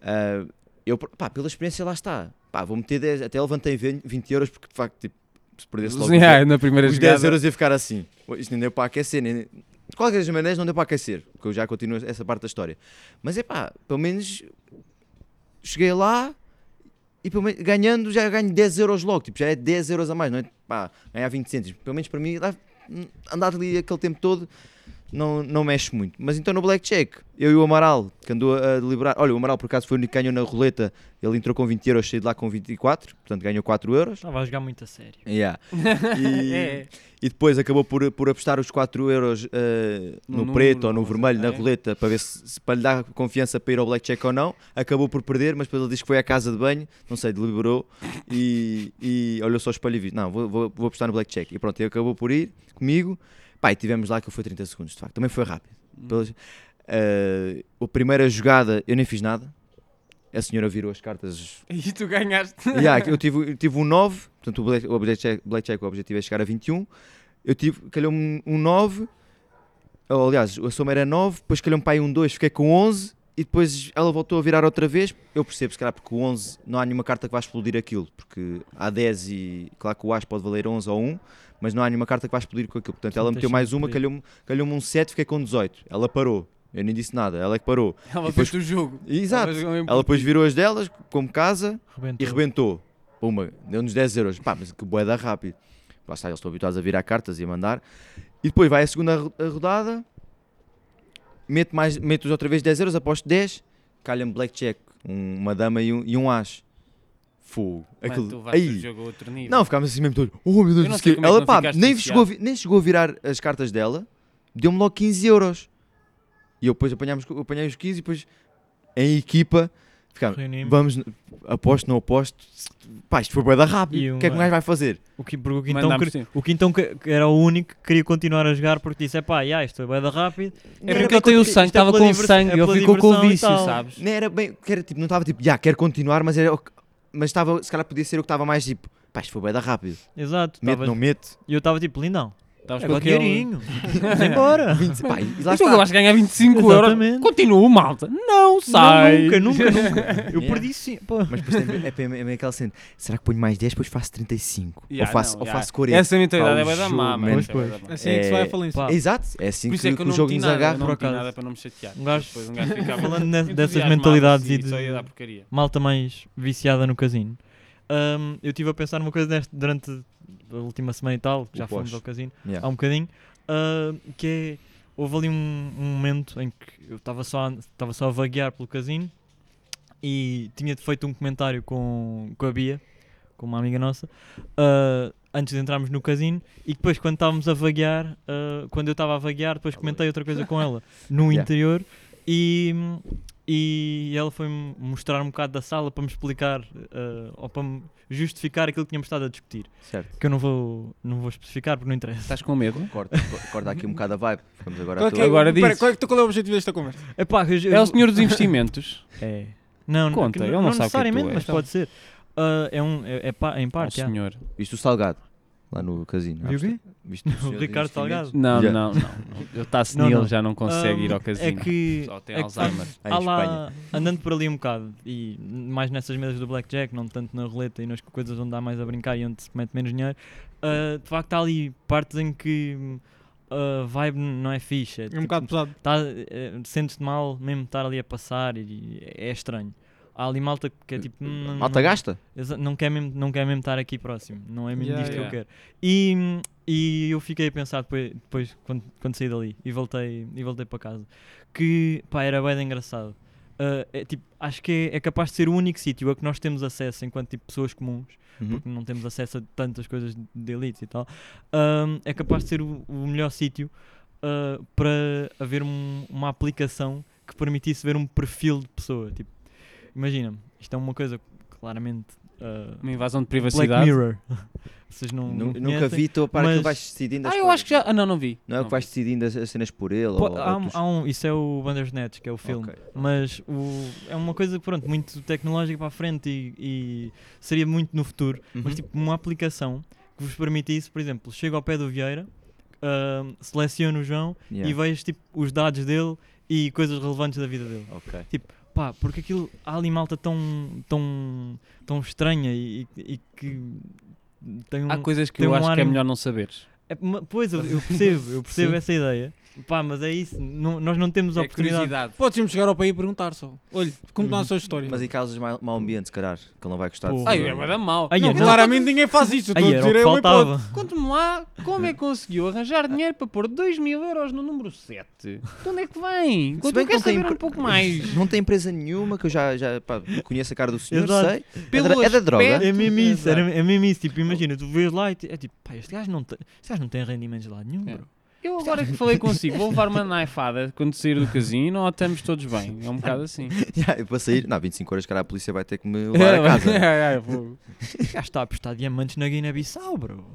Speaker 3: Ah, eu, pá, pela experiência, lá está. Pá, vou meter 10, até levantei 20 euros, porque de facto, tipo, se perdesse logo. os
Speaker 4: Yeah, na primeira
Speaker 3: os 10
Speaker 4: jogada.
Speaker 3: euros ia ficar assim. Isto nem deu para aquecer. Nem... De qualquer das maneiras, não deu para aquecer. Porque eu já continuo essa parte da história. Mas é pá, pelo menos cheguei lá e pelo menos, ganhando já ganho 10 euros logo. Tipo, já é 10 euros a mais, não é? Pá, ganhar 20 cêntimos. Pelo menos para mim, lá, hum, andar ali aquele tempo todo. Não, não mexe muito. Mas então no Blackjack, eu e o Amaral, que andou a deliberar. Olha, o Amaral por acaso foi o único que ganhou na roleta. Ele entrou com 20 euros, saiu de lá com 24, portanto ganhou 4 euros.
Speaker 6: Estava a jogar muito a sério.
Speaker 3: Yeah. E,
Speaker 4: É.
Speaker 3: e depois acabou por, por apostar os 4 euros eh,
Speaker 4: No
Speaker 3: no,
Speaker 4: número,
Speaker 3: preto ou no
Speaker 4: não sei,
Speaker 3: vermelho, na
Speaker 4: é.
Speaker 3: roleta, para ver se, se- para lhe dar confiança para ir ao blackjack ou não. Acabou por perder, mas depois ele disse que foi à casa de banho, não sei, deliberou e, e olhou só o espelho e viu: Não, vou, vou, vou apostar no blackjack. E pronto, ele acabou por ir comigo. Pá, e tivemos lá que foi 30 segundos, de facto.
Speaker 4: Hum.
Speaker 3: Também foi rápido. Pelas- eh, a primeira jogada eu nem fiz nada. A senhora virou as cartas.
Speaker 4: E tu ganhaste.
Speaker 3: Yeah, eu, tive, eu tive um 9, portanto o Black- o Blackjack, Blackjack, o objetivo é chegar a 21. Eu tive, calhou-me um 9, ou, aliás, a soma era 9, depois calhou-me para aí um 2, fiquei com 11 e depois ela voltou a virar outra vez. Eu percebo, se calhar, porque o 11 não há nenhuma carta que vá explodir aquilo, porque há 10 e claro que o As pode valer 11 ou 1, mas não há nenhuma carta que vá explodir com aquilo. Portanto, ela
Speaker 6: Portanto,
Speaker 3: meteu
Speaker 6: deixa-me
Speaker 3: mais uma,
Speaker 6: por aí.
Speaker 3: calhou-me calhou um 7, fiquei com 18. Ela parou. Eu nem disse nada, ela é que parou.
Speaker 4: Ela
Speaker 3: E
Speaker 4: fez
Speaker 3: depois-
Speaker 4: o jogo.
Speaker 3: Exato.
Speaker 4: fez o mesmo-
Speaker 3: Ela depois virou as delas, como casa, e
Speaker 6: Rebentou.
Speaker 3: rebentou. Puma, deu-nos 10 euros. Pá, mas que boeda rápido. Lá está, eles estão habituados a virar cartas e a mandar. E depois vai a segunda ro- a rodada, mete mais, mete outra vez 10 euros, aposto 10, calha-me blackjack, um- uma dama e um, e um as. Fogo.
Speaker 4: Mano,
Speaker 3: Aquilo-
Speaker 4: tu vais
Speaker 3: aí.
Speaker 4: o jogo a outro nível.
Speaker 3: Não, ficámos assim mesmo todos. Oh meu Deus,
Speaker 4: Eu não
Speaker 3: não
Speaker 4: sei
Speaker 3: sei o quê.
Speaker 4: como é que
Speaker 3: Ela
Speaker 4: não
Speaker 3: pá,
Speaker 4: ficaste
Speaker 3: nem
Speaker 4: viciado.
Speaker 3: chegou, a vi- nem chegou a virar as cartas dela, deu-me logo 15 euros. E eu depois apanhámos, co- apanhei os 15 e depois em equipa ficámos.
Speaker 6: Reunimos.
Speaker 3: Vamos, aposto, não aposto. Pá, isto foi boeda
Speaker 6: E
Speaker 3: rápido. O que é que
Speaker 6: uma-
Speaker 3: um gajo vai fazer?
Speaker 6: O, que, porque então o Quintão,
Speaker 4: Mandámos,
Speaker 6: quer-
Speaker 4: sim.
Speaker 6: o Quintão que- que era o único que queria continuar a jogar porque disse: é pá, yeah, isto é bué da rápido.
Speaker 4: É porque eu tenho o sangue, estava com sangue, ele ficou com o vício, sabes?
Speaker 3: Não era bem, que era, tipo, não estava tipo, já, quero continuar, mas era o que- mas estava, se calhar podia ser o que estava mais tipo, pá, isto foi boeda rápido.
Speaker 6: Exato.
Speaker 3: Mete,
Speaker 6: tavas-
Speaker 3: não mete.
Speaker 6: E eu estava tipo: lindão,
Speaker 4: Estavas
Speaker 6: é
Speaker 4: com
Speaker 6: com
Speaker 4: aquele...
Speaker 6: dinheirinho. Vamos embora.
Speaker 3: 20, pá, e lá
Speaker 4: Mas tu
Speaker 3: está.
Speaker 4: acabaste de ganhar 25 euros.
Speaker 6: Exatamente.
Speaker 4: Continuo, malta. Não sai.
Speaker 6: Nunca, nunca, nunca. Eu
Speaker 3: Yeah.
Speaker 6: perdi sim. Pô.
Speaker 3: Mas depois tem, é, bem- é, bem aquela cena, será que ponho mais 10, depois faço 35?
Speaker 4: Yeah,
Speaker 3: ou faço,
Speaker 4: não,
Speaker 3: ou
Speaker 4: yeah.
Speaker 3: faço 40?
Speaker 4: Essa mentalidade
Speaker 3: Pá,
Speaker 4: é
Speaker 3: o
Speaker 4: bué da má,
Speaker 3: jogo,
Speaker 4: mano.
Speaker 3: man.
Speaker 4: Essa é bué da má.
Speaker 2: Assim é que se vai à falência.
Speaker 6: Pá,
Speaker 3: É, Exato, é assim
Speaker 4: Por
Speaker 3: que,
Speaker 4: isso é que eu
Speaker 3: que o
Speaker 4: não
Speaker 3: jogo
Speaker 4: meti
Speaker 3: nos
Speaker 4: nada, eu
Speaker 3: agarra.
Speaker 4: não
Speaker 6: por
Speaker 4: meti
Speaker 6: acaso.
Speaker 4: nada para não me chatear.
Speaker 6: Um gajo-
Speaker 4: Depois um gajo ficava
Speaker 6: Falando ne- dessas
Speaker 4: entusiasmado
Speaker 6: mentalidades
Speaker 4: e
Speaker 6: e de-
Speaker 4: só ia dar porcaria.
Speaker 6: malta mais viciada no casino. Ahm, eu estive a pensar numa coisa deste, durante a última semana e tal, que
Speaker 3: O
Speaker 6: já fomos
Speaker 3: pós.
Speaker 6: ao casino
Speaker 3: Yeah.
Speaker 6: há um bocadinho, ahm, que é, houve ali um, um momento em que eu estava só, a- estava só a vaguear pelo casino e tinha feito um comentário com, com a Bia, com uma amiga nossa, ah, antes de entrarmos no casino e depois quando estávamos a vaguear, ah, quando eu estava a vaguear, depois comentei outra coisa com ela no
Speaker 3: Tá Yeah.
Speaker 6: interior e, e ela foi-me mostrar um bocado da sala para me explicar ah, ou para me justificar aquilo que tínhamos estado a discutir,
Speaker 3: Certo.
Speaker 6: que eu não vou, não vou especificar porque não interessa.
Speaker 4: Estás com medo?
Speaker 3: Corta, co- corta aqui um bocado a vibe. Ficamos agora
Speaker 2: Qual é
Speaker 3: à
Speaker 2: que
Speaker 3: toa.
Speaker 2: é-
Speaker 4: Agora
Speaker 2: pera,
Speaker 4: dizes.
Speaker 2: qual é que- qual é o objetivo desta conversa?
Speaker 6: Epá, eu- eu-
Speaker 4: É o senhor dos investimentos.
Speaker 6: É. Não, não-
Speaker 4: Conta,
Speaker 6: que
Speaker 4: ele não sabe o que é que tu
Speaker 6: necessariamente,
Speaker 4: és.
Speaker 6: mas pode ser. Ah, é um, é, é pa- em
Speaker 4: Pá,
Speaker 6: parte, já.
Speaker 4: senhor.
Speaker 3: Viste o Salgado, lá no casino.
Speaker 6: Viu o quê?
Speaker 3: Viste o senhor de
Speaker 6: Ricardo Salgado.
Speaker 4: Não,
Speaker 3: investimentos? Já.
Speaker 4: não, não, não. Ele está
Speaker 6: Não,
Speaker 4: senil,
Speaker 6: não.
Speaker 4: já não Hum, consegue
Speaker 6: Ahm,
Speaker 4: ir ao casino.
Speaker 6: É que,
Speaker 4: Só tem
Speaker 6: é que
Speaker 4: Alzheimer.
Speaker 6: faz-
Speaker 3: Ah, em
Speaker 6: há lá, andando por ali um bocado, e mais nessas mesas do blackjack, não tanto na roleta e nas coisas onde dá mais a brincar e onde se mete menos dinheiro, ah, de facto há ali partes em que a vibe não é ficha.
Speaker 2: É um bocado pesado.
Speaker 6: tá, eh, Sentes-te mal mesmo estar ali a passar e é é estranho. Há ali malta que é tipo... "Hum, não-
Speaker 3: Malta
Speaker 6: não-
Speaker 3: gasta?
Speaker 6: Exa- não quer mesmo, não quer mesmo estar aqui próximo, não é mesmo
Speaker 2: Yeah,
Speaker 6: disto que eu
Speaker 4: yeah.
Speaker 6: quero. E, e eu fiquei a pensar depois, depois quando, quando saí dali e voltei, e voltei para casa, que pá, era bem engraçado. Ah, é, tipo, acho que é, é capaz de ser o único sítio a que nós temos acesso enquanto tipo, pessoas comuns,
Speaker 3: Uhum.
Speaker 6: porque não temos acesso a tantas coisas de elites e tal, ahm, é capaz de ser o, o melhor sítio ah, para haver um- uma aplicação que permitisse ver um perfil de pessoa. Tipo, imagina, isto é uma coisa claramente ah,
Speaker 4: Uma invasão de
Speaker 6: Black
Speaker 4: privacidade.
Speaker 6: Mirror. Vocês não, não
Speaker 3: Nu- Nunca
Speaker 6: conhecem?
Speaker 3: vi, estou a par que
Speaker 6: mas-
Speaker 3: vais decidindo as
Speaker 4: Ah, eu
Speaker 3: coisas.
Speaker 4: acho que já. Ah, não, não vi.
Speaker 3: Não é o que vais decidindo as, as cenas por ele?
Speaker 6: Po-
Speaker 3: ou
Speaker 6: há um-
Speaker 3: outros- tipo
Speaker 6: há um- isso é o Bandersnatch, que é o filme.
Speaker 3: Ok.
Speaker 6: Mas o- é uma coisa pronto, muito tecnológica para a frente e, e seria muito no futuro. Mas
Speaker 3: Uhum.
Speaker 6: tipo uma aplicação que vos permitisse, por exemplo, chego ao pé do Vieira, ah, seleciono o João e
Speaker 3: Yeah.
Speaker 6: vejo tipo, os dados dele e coisas relevantes da vida dele. Tipo,
Speaker 3: Ok.
Speaker 6: Pá, porque aquilo há ali malta tão, tão, tão estranha e, e- e que tem um.
Speaker 4: Há coisas que
Speaker 6: Tem
Speaker 4: eu
Speaker 6: um
Speaker 4: acho que é
Speaker 6: ar-
Speaker 4: melhor não saberes.
Speaker 6: É, ma- pois, eu, eu percebo, eu percebo
Speaker 4: Sim.
Speaker 6: essa ideia. Pá, mas é isso, não- nós não temos
Speaker 4: É
Speaker 6: oportunidade.
Speaker 4: curiosidade.
Speaker 2: Podes-me chegar ao país e perguntar só. Olha, como está a sua história?
Speaker 3: Mas em causas mau mau ambiente, se calhar, que ele não vai gostar. de
Speaker 6: Pô.
Speaker 4: Ai,
Speaker 3: saber.
Speaker 4: é bué da mau.
Speaker 6: Ai,
Speaker 2: Não,
Speaker 6: não.
Speaker 2: claramente ninguém faz isso. Estou
Speaker 6: Aí
Speaker 2: a
Speaker 6: era o
Speaker 2: dizer,
Speaker 6: que
Speaker 2: é uma hipótese.
Speaker 6: faltava.
Speaker 4: Conta-me lá como é que conseguiu arranjar dinheiro para pôr 2 mil euros no número 7. De onde é que vem? Quando eu
Speaker 3: Se bem que
Speaker 4: quero
Speaker 3: não tem,
Speaker 4: saber um
Speaker 3: empre-
Speaker 4: pouco mais.
Speaker 3: não tem empresa nenhuma que eu já, já pá, conheço a cara do senhor,
Speaker 6: Exato.
Speaker 3: sei. É
Speaker 4: Pelo
Speaker 3: dra- É, da
Speaker 4: aspecto-
Speaker 3: droga.
Speaker 6: É mesmo isso,
Speaker 4: Exato.
Speaker 6: era, é mesmo isso. Tipo, imagina, tu vês lá e ti- é tipo, pá, este gajo não tem, este gajo não tem rendimentos lá nenhum,
Speaker 4: É.
Speaker 6: bro.
Speaker 4: Eu agora que falei consigo, vou levar uma naifada quando sair do casino ou estamos todos bem? É um bocado assim.
Speaker 3: Já, eu para sair, não, 25 horas, se calhar a polícia vai ter que me levar a casa.
Speaker 4: É, é, vou-
Speaker 6: Este gajo está a apostar diamantes na Guiné-Bissau, bro.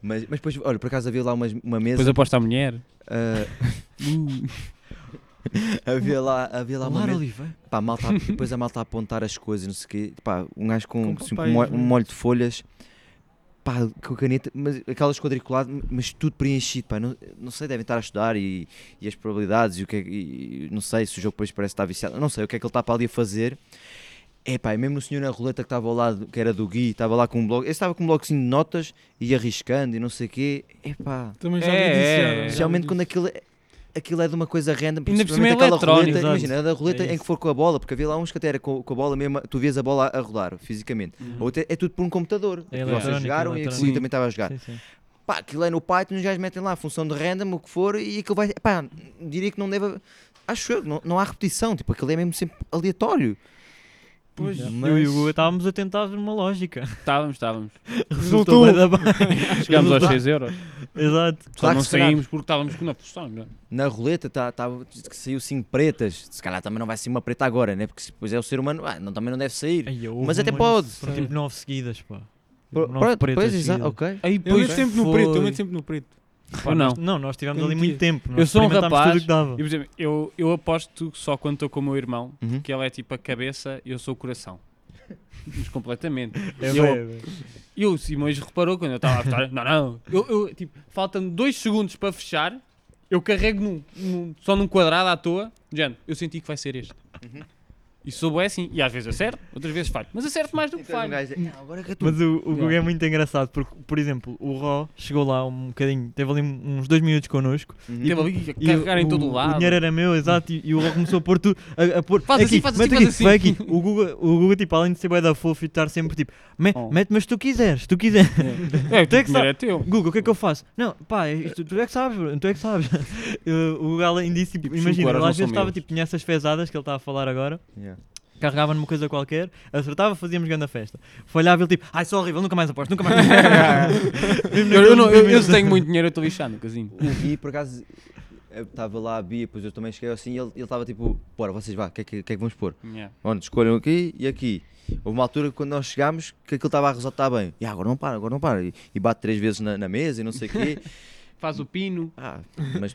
Speaker 3: Mas, mas depois, olha, por acaso havia lá umas- uma mesa.
Speaker 6: Hum.
Speaker 4: Depois aposta a mulher.
Speaker 3: ah,
Speaker 4: Uh,
Speaker 3: eh, havia lá, havia lá uma mesa-
Speaker 6: Oliveira.
Speaker 3: pá, a malta, a- depois a malta a apontar as coisas, não sei o quê, pá, um gajo com,
Speaker 2: Com
Speaker 3: assim, com
Speaker 2: papéis,
Speaker 3: um mo-
Speaker 2: né?
Speaker 3: um molho de folhas, pá, com a caneta, mas aquelas quadriculadas, mas tudo preenchido, pá, não, não sei, devem estar a estudar e, e as probabilidades e o que é, que- e- e não sei se o jogo depois parece estar viciado, não sei o que é que ele está para ali a fazer. É pá, e mesmo o senhor na roleta que estava ao lado, que era do Gui, estava lá com um bloco, esse estava com um blocozinho de notas e arriscando e não sei o quê, é pá.
Speaker 2: Também já
Speaker 4: É,
Speaker 2: ouvi disso,
Speaker 4: é,
Speaker 2: já,
Speaker 4: é.
Speaker 2: já
Speaker 3: Geralmente
Speaker 2: ouvi
Speaker 3: quando
Speaker 2: disso.
Speaker 3: aquilo, aquilo é de uma coisa random,
Speaker 4: Ainda por cima é
Speaker 3: principalmente aquela
Speaker 4: eletrónico,
Speaker 3: roleta,
Speaker 6: exato.
Speaker 3: imagina, da roleta
Speaker 6: É
Speaker 3: em que for com a bola, porque havia lá uns que até era com, com a bola mesmo, tu vias a bola a rodar fisicamente.
Speaker 4: Hum.
Speaker 3: Ou até é tudo por um computador.
Speaker 6: É
Speaker 3: que
Speaker 6: eletrónico,
Speaker 3: vocês jogaram e aquilo
Speaker 6: eletrónico.
Speaker 3: também estava a jogar.
Speaker 6: Sim, sim.
Speaker 3: Pá, aquilo é no Python, os gajos metem lá a função de random, o que for, e aquilo vai. Pá, diria que não deve. Acho eu, não, não há repetição, tipo, aquilo é mesmo sempre aleatório.
Speaker 4: Pois.
Speaker 6: Eu e
Speaker 3: Mas-
Speaker 6: o Hugo estávamos a tentar numa lógica.
Speaker 4: Estávamos, estávamos.
Speaker 2: Resultou.
Speaker 6: bué da bem.
Speaker 4: Chegámos aos
Speaker 6: Resultado.
Speaker 4: 6 euros.
Speaker 6: Exato.
Speaker 4: Só
Speaker 3: Claro
Speaker 4: não
Speaker 3: que se calhar-
Speaker 4: saímos porque estávamos com uma pressão. não é?
Speaker 3: na roleta tá, tá, saiu 5 pretas. Se calhar também não vai ser uma preta agora, né? Porque se depois é o ser humano, ah, não, também não deve sair.
Speaker 6: Ai, eu-
Speaker 3: Mas até
Speaker 6: uma-
Speaker 3: pode.
Speaker 6: Foram tipo nove seguidas, pá.
Speaker 3: Pro-
Speaker 6: Tipo, nove
Speaker 3: pronto,
Speaker 6: pretas
Speaker 3: pois, exato,
Speaker 6: seguidas.
Speaker 3: ok.
Speaker 4: Aí
Speaker 2: Eu
Speaker 4: depois.
Speaker 2: meto sempre no preto, eu
Speaker 4: foi-
Speaker 2: meto sempre no preto.
Speaker 4: Ou não.
Speaker 6: Nós- Não, nós estivemos
Speaker 2: Eu
Speaker 6: ali
Speaker 2: meti-
Speaker 6: muito tempo. Nós
Speaker 4: Eu sou um
Speaker 6: experimentámos
Speaker 4: rapaz
Speaker 6: tudo o que dava.
Speaker 4: E, por exemplo, eu, eu aposto que só quando estou com o meu irmão,
Speaker 3: Uhum.
Speaker 4: que ele é tipo a cabeça e eu sou o coração. Mas completamente.
Speaker 6: É,
Speaker 4: eu-
Speaker 6: bué, bué.
Speaker 4: E o Simões reparou quando eu estava a votar. Não, não. Eu, eu, tipo, faltam dois segundos para fechar. Eu carrego num, num- só num quadrado à toa. Jano, eu senti que vai ser este.
Speaker 6: Uhum.
Speaker 4: E sou é assim. E às vezes acerto, outras vezes falho. Mas acerto mais do que
Speaker 3: Então, um
Speaker 4: falho.
Speaker 3: gajo diz, "Não, agora é que é tu."
Speaker 6: Mas o, o Guga
Speaker 4: Yeah.
Speaker 6: é muito engraçado porque, por exemplo, o Ró chegou lá um bocadinho, teve ali uns dois minutos connosco.
Speaker 3: Uhum.
Speaker 4: Teve ali a
Speaker 6: e
Speaker 4: carregar em
Speaker 6: o-
Speaker 4: todo o lado.
Speaker 6: O dinheiro era meu, exato, e, e o Ró começou a pôr tudo. A, a pôr,
Speaker 4: Faz assim,
Speaker 6: aqui,
Speaker 4: faz assim,
Speaker 6: mete
Speaker 4: faz
Speaker 6: aqui,
Speaker 4: assim.
Speaker 6: vai aqui. O Guga, o Guga, tipo, além de ser bué da fofo e de estar sempre tipo, "Me-
Speaker 4: Oh.
Speaker 6: mete, mas tu quiseres, tu quiseres.
Speaker 4: É, o teu
Speaker 6: Tem que
Speaker 4: dinheiro é teu.
Speaker 6: Guga, o que é que eu faço? Não, pá, isto- tu é que sabes, bro, tu é que sabes. Eu- o Guga, além disso, tipo,
Speaker 4: Tipo, cinco
Speaker 6: imagina,
Speaker 4: euros
Speaker 6: ele
Speaker 4: não
Speaker 6: às vezes
Speaker 4: são
Speaker 6: estava,
Speaker 4: meus.
Speaker 6: tipo, tinha essas fezadas que ele estava a falar agora.
Speaker 3: Yeah.
Speaker 6: carregava numa coisa qualquer, acertava, fazíamos grande festa. Falhava ele tipo, ai, sou horrível, nunca mais aposto, nunca mais aposto. Mesmo
Speaker 4: Eu, eu, não- eu- eu
Speaker 6: naquele
Speaker 4: se tenho muito dinheiro, eu estou lixado no casinho.
Speaker 3: O Gui, por acaso, estava lá a Bia, depois eu também cheguei assim e ele ele estava tipo, bora, vocês vá, o que, é que, o que é que vamos pôr?
Speaker 4: Yeah.
Speaker 3: Onde escolham aqui e aqui. Houve uma altura que quando nós chegámos que aquilo estava a resultar bem. E "Ah, agora não para, agora não para. E, e bate três vezes na, na mesa e não sei o quê.
Speaker 4: Faz o pino.
Speaker 3: Ah, mas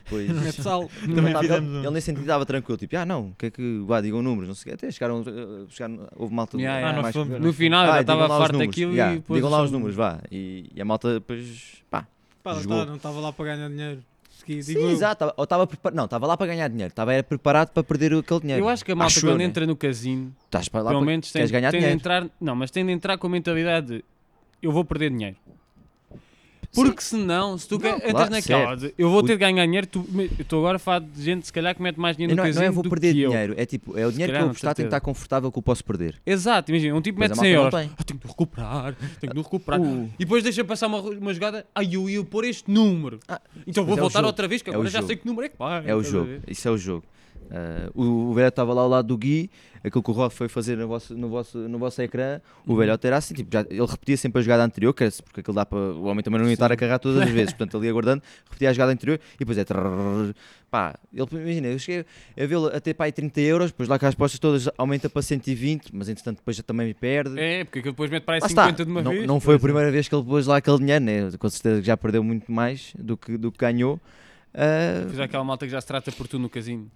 Speaker 3: depois.
Speaker 2: Mete sal.
Speaker 3: Ele
Speaker 6: Também
Speaker 3: tava-
Speaker 6: fizemos um.
Speaker 3: ele nesse sentido estava tranquilo, tipo, ah não, o que é que, vá, digam números, não sei o quê. Até chegaram, eh, chegaram houve malta
Speaker 4: Yeah, yeah. Ah, nós
Speaker 3: mais-
Speaker 6: fomos.
Speaker 4: No final, eu já
Speaker 3: Ah, digam
Speaker 4: estava
Speaker 3: lá os
Speaker 4: farto
Speaker 3: números.
Speaker 4: daquilo
Speaker 3: Yeah,
Speaker 4: e depois.
Speaker 3: Digam lá os
Speaker 4: só-
Speaker 3: números, vá. E, e a malta depois, pá,
Speaker 2: Pá, lá
Speaker 3: Jogou.
Speaker 2: está, não estava lá para ganhar dinheiro. Sim,
Speaker 3: Sim, exato. Tava, ou estava prepar... Não, estava lá para ganhar dinheiro. Estava era preparado para perder aquele dinheiro.
Speaker 4: Eu acho que a malta
Speaker 3: Acho eu,
Speaker 4: quando
Speaker 3: né?
Speaker 4: entra no casino,
Speaker 3: Estás para lá
Speaker 4: pelo
Speaker 3: para-
Speaker 4: menos tem,
Speaker 3: queres ganhar
Speaker 4: tem de
Speaker 3: dinheiro.
Speaker 4: entrar. Não, mas tem de entrar com a mentalidade de eu vou perder dinheiro. Porque senão, se tu
Speaker 3: Não,
Speaker 4: que- entras
Speaker 3: claro,
Speaker 4: naquela de
Speaker 3: certo.
Speaker 4: eu vou
Speaker 3: O-
Speaker 4: ter de ganhar dinheiro, tu, me- eu estou agora a falar de gente se calhar que mete mais dinheiro
Speaker 3: não,
Speaker 4: no
Speaker 3: é-
Speaker 4: casino
Speaker 3: não é vou
Speaker 4: do
Speaker 3: perder
Speaker 4: que eu.
Speaker 3: dinheiro. É tipo, é o dinheiro que
Speaker 4: calhar,
Speaker 3: eu
Speaker 4: não,
Speaker 3: apostar tem que
Speaker 4: certeza.
Speaker 3: estar confortável com o posso perder.
Speaker 4: Exato, imagina, um tipo
Speaker 3: Mas
Speaker 4: mete
Speaker 3: a
Speaker 4: 100 euros.
Speaker 3: malta não tem.
Speaker 4: Ah, tenho de recuperar, tenho de recuperar.
Speaker 3: Uh.
Speaker 4: E depois deixa passar uma, uma jogada, ai eu ia pôr este número.
Speaker 3: Ah,
Speaker 4: então
Speaker 3: mas
Speaker 4: vou
Speaker 3: é o
Speaker 4: voltar
Speaker 3: jogo.
Speaker 4: outra vez, que
Speaker 3: É o
Speaker 4: agora já
Speaker 3: jogo.
Speaker 4: sei que número é que vai.
Speaker 3: É o
Speaker 4: estás a
Speaker 3: jogo.
Speaker 4: ver?
Speaker 3: Isso é o jogo. Ah, o, o velhote estava lá ao lado do Gui, aquilo que o Rod foi fazer no vosso, no vosso, no vosso ecrã, o velhote era assim, tipo, já- ele repetia sempre a jogada anterior, que era- porque aquilo dá para o homem também não ia estar a carregar todas as vezes, portanto ali aguardando, repetia a jogada anterior e depois é trrr, pá, ele, imagina, eu cheguei a vê-lo a ter pá, aí 30 euros, depois lá com as postas todas aumenta para 120, mas entretanto depois já também me perde.
Speaker 4: É, porque aquilo depois mete para aí
Speaker 3: Lá está.
Speaker 4: 50 de uma
Speaker 3: não,
Speaker 4: vez.
Speaker 3: não foi a primeira vez que ele pôs lá aquele dinheiro, né? com certeza que já perdeu muito mais do que, do que ganhou. Ah,
Speaker 4: Fiz aquela malta que já se trata por tu no casino.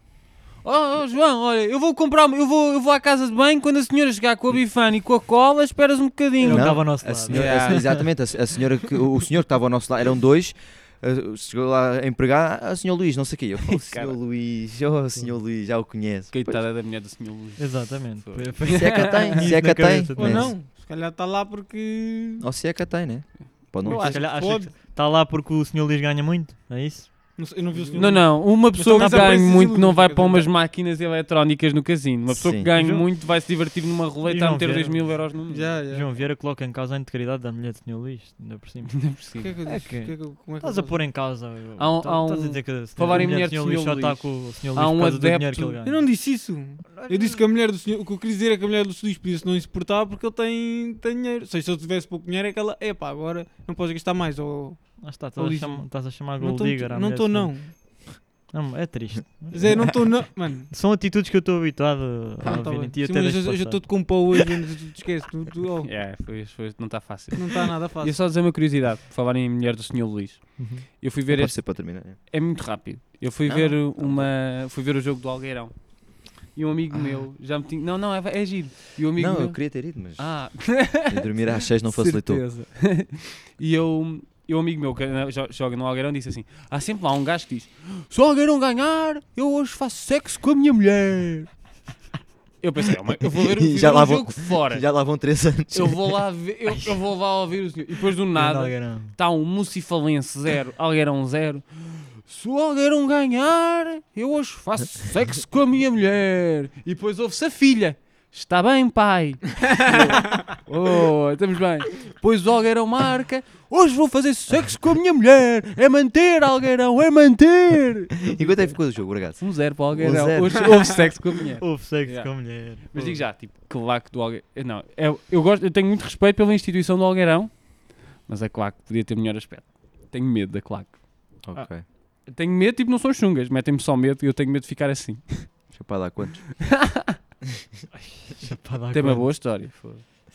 Speaker 4: Oh, oh, João, olha, eu vou comprar, eu vou, eu vou à casa de banho quando a senhora chegar com a bifana e com a cola, esperas um bocadinho.
Speaker 6: Não estava ao nosso
Speaker 3: a
Speaker 6: lado.
Speaker 3: senhora- a
Speaker 4: Yeah.
Speaker 3: se- exatamente, a, se- a senhora que- o o senhor que estava ao nosso lado, eram dois, eh, chegou lá a empregar, ah, senhor Luís, não sei o quê. Eu, oh, senhor Luís, oh, senhor Luís, já o conheço.
Speaker 4: Coitada da mulher do senhor Luís.
Speaker 6: Exatamente.
Speaker 4: Foi.
Speaker 6: Foi- foi-
Speaker 3: Se é que a tem,
Speaker 6: Isso
Speaker 3: se é que
Speaker 6: na
Speaker 3: a tem.
Speaker 6: cabeça
Speaker 2: Ou
Speaker 6: também.
Speaker 2: não, se calhar está lá porque.
Speaker 3: Ou se é que a tem, né? Pode não.
Speaker 2: Eu
Speaker 6: Se
Speaker 2: acho
Speaker 6: calhar
Speaker 2: que
Speaker 6: acha que
Speaker 2: pode.
Speaker 6: Está Tá lá porque o senhor Luís ganha muito, é isso?
Speaker 2: Não sei, eu não vi o senhor.
Speaker 4: Não, não, uma pessoa que
Speaker 2: também só para
Speaker 4: ganha
Speaker 2: esses
Speaker 4: muito não
Speaker 2: ilusos,
Speaker 4: vai
Speaker 2: quer
Speaker 4: para
Speaker 2: dizer,
Speaker 4: umas máquinas eletrónicas no casino. Uma pessoa
Speaker 3: Sim.
Speaker 4: que ganha
Speaker 6: João-
Speaker 4: muito vai se divertir numa roleta a
Speaker 6: João
Speaker 4: meter 2
Speaker 6: Vieira.
Speaker 4: mil euros no número.
Speaker 2: Já, já.
Speaker 6: João Vieira coloca em causa a integridade da mulher do senhor Luís, ainda por cima.
Speaker 2: O que é que eu
Speaker 6: É
Speaker 2: disse?
Speaker 6: que-
Speaker 2: O que é que eu- como é que eu
Speaker 6: Estás a
Speaker 2: faço?
Speaker 6: pôr em causa.
Speaker 4: Há um-
Speaker 6: estás
Speaker 4: há
Speaker 6: a
Speaker 4: um-
Speaker 6: dizer que a
Speaker 4: falar em
Speaker 6: mulher
Speaker 4: mulher
Speaker 6: do
Speaker 4: do
Speaker 6: senhor Luís
Speaker 4: senhor
Speaker 6: só está
Speaker 4: Luís.
Speaker 6: com o senhor
Speaker 4: Há
Speaker 6: Luís por
Speaker 4: um
Speaker 6: causa do dinheiro
Speaker 4: adepto-
Speaker 6: que ele ganha.
Speaker 2: Eu não disse isso. Eu disse que a mulher do senhor. O que eu queria dizer é que a mulher do senhor Luís podia-se não importar porque ele tem, tem dinheiro. Ou seja, se eu tivesse pouco dinheiro, é que ela. Epá, agora não podes gastar mais. Ou...
Speaker 6: Lá está,
Speaker 2: Ou
Speaker 6: estás a
Speaker 2: isso.
Speaker 6: chama- estás a chamar
Speaker 2: Não
Speaker 6: Gold
Speaker 2: estou,
Speaker 6: Digger à
Speaker 2: não.
Speaker 6: mulher do
Speaker 2: Tô,
Speaker 6: senhor
Speaker 2: não.
Speaker 6: Não, é triste.
Speaker 2: Zé, não estou. na- Mano,
Speaker 6: São atitudes que eu estou habituado a
Speaker 2: não, tá
Speaker 6: ouvir
Speaker 2: bem.
Speaker 6: em ti.
Speaker 2: Sim,
Speaker 6: até
Speaker 2: mas
Speaker 6: deixo
Speaker 2: eu- eu já
Speaker 6: passar.
Speaker 2: estou de compor hoje, mas tu te esqueces. Tu, tu- oh,
Speaker 4: É, foi, foi- não está fácil.
Speaker 2: não está nada
Speaker 4: E é
Speaker 2: fácil.
Speaker 4: só dizer uma curiosidade, por falar em mulher do Sr. Luís.
Speaker 6: Uhum.
Speaker 4: Eu fui ver
Speaker 3: Pode
Speaker 4: este,
Speaker 3: ser para terminar. é.
Speaker 4: é muito rápido. Eu fui
Speaker 3: Não,
Speaker 4: ver
Speaker 3: não, tá
Speaker 4: uma, fui ver o jogo do Algueirão. E um amigo meu já me tinha, não, não, é, é giro. E um amigo
Speaker 3: Ah. Não,
Speaker 4: meu,
Speaker 3: eu queria ter ido, mas
Speaker 4: Ah,
Speaker 3: eu dormir às 6 não facilitou.
Speaker 4: Certeza. e eu, e um amigo meu que na- jo- joga no Algueirão disse assim: há sempre lá um gajo que diz: se o Algueirão ganhar, eu hoje faço sexo com a minha mulher. Eu pensei, "Ah, mas eu vou ver,
Speaker 3: E
Speaker 4: o
Speaker 3: já lá
Speaker 4: um
Speaker 3: vou-
Speaker 4: jogo fora.
Speaker 3: Já lá vão 3 anos.
Speaker 4: Eu vou lá ver, eu, eu vou lá ouvir o senhor. E depois do nada
Speaker 6: Algarão.
Speaker 4: está um Mucifalense 0, Algueirão 0. um Se o Algueirão ganhar, eu hoje faço sexo com a minha mulher. E depois ouve-se a filha. Está bem, pai? Eu, oh, estamos bem. Depois o Algueirão marca. Hoje vou fazer sexo com a minha mulher. É manter, Algueirão, é manter.
Speaker 3: E quanto é que ficou o jogo, ragazzo?
Speaker 4: Um zero para o Algueirão.
Speaker 3: 1-0.
Speaker 4: Hoje houve sexo com a mulher.
Speaker 6: Houve sexo
Speaker 4: Yeah.
Speaker 6: com a mulher.
Speaker 4: Mas digo já, tipo, claque do Algueirão. Não, eu, eu, gosto, eu tenho muito respeito pela instituição do Algueirão, mas a claque podia ter melhor aspecto. Tenho medo da claque. Ah.
Speaker 3: Ok.
Speaker 4: Eu Tenho medo, tipo, não são chungas, metem-me só medo e eu tenho medo de ficar assim.
Speaker 3: Chapado há quantos?
Speaker 6: Chapada à
Speaker 4: Tem uma
Speaker 6: conta.
Speaker 4: boa história.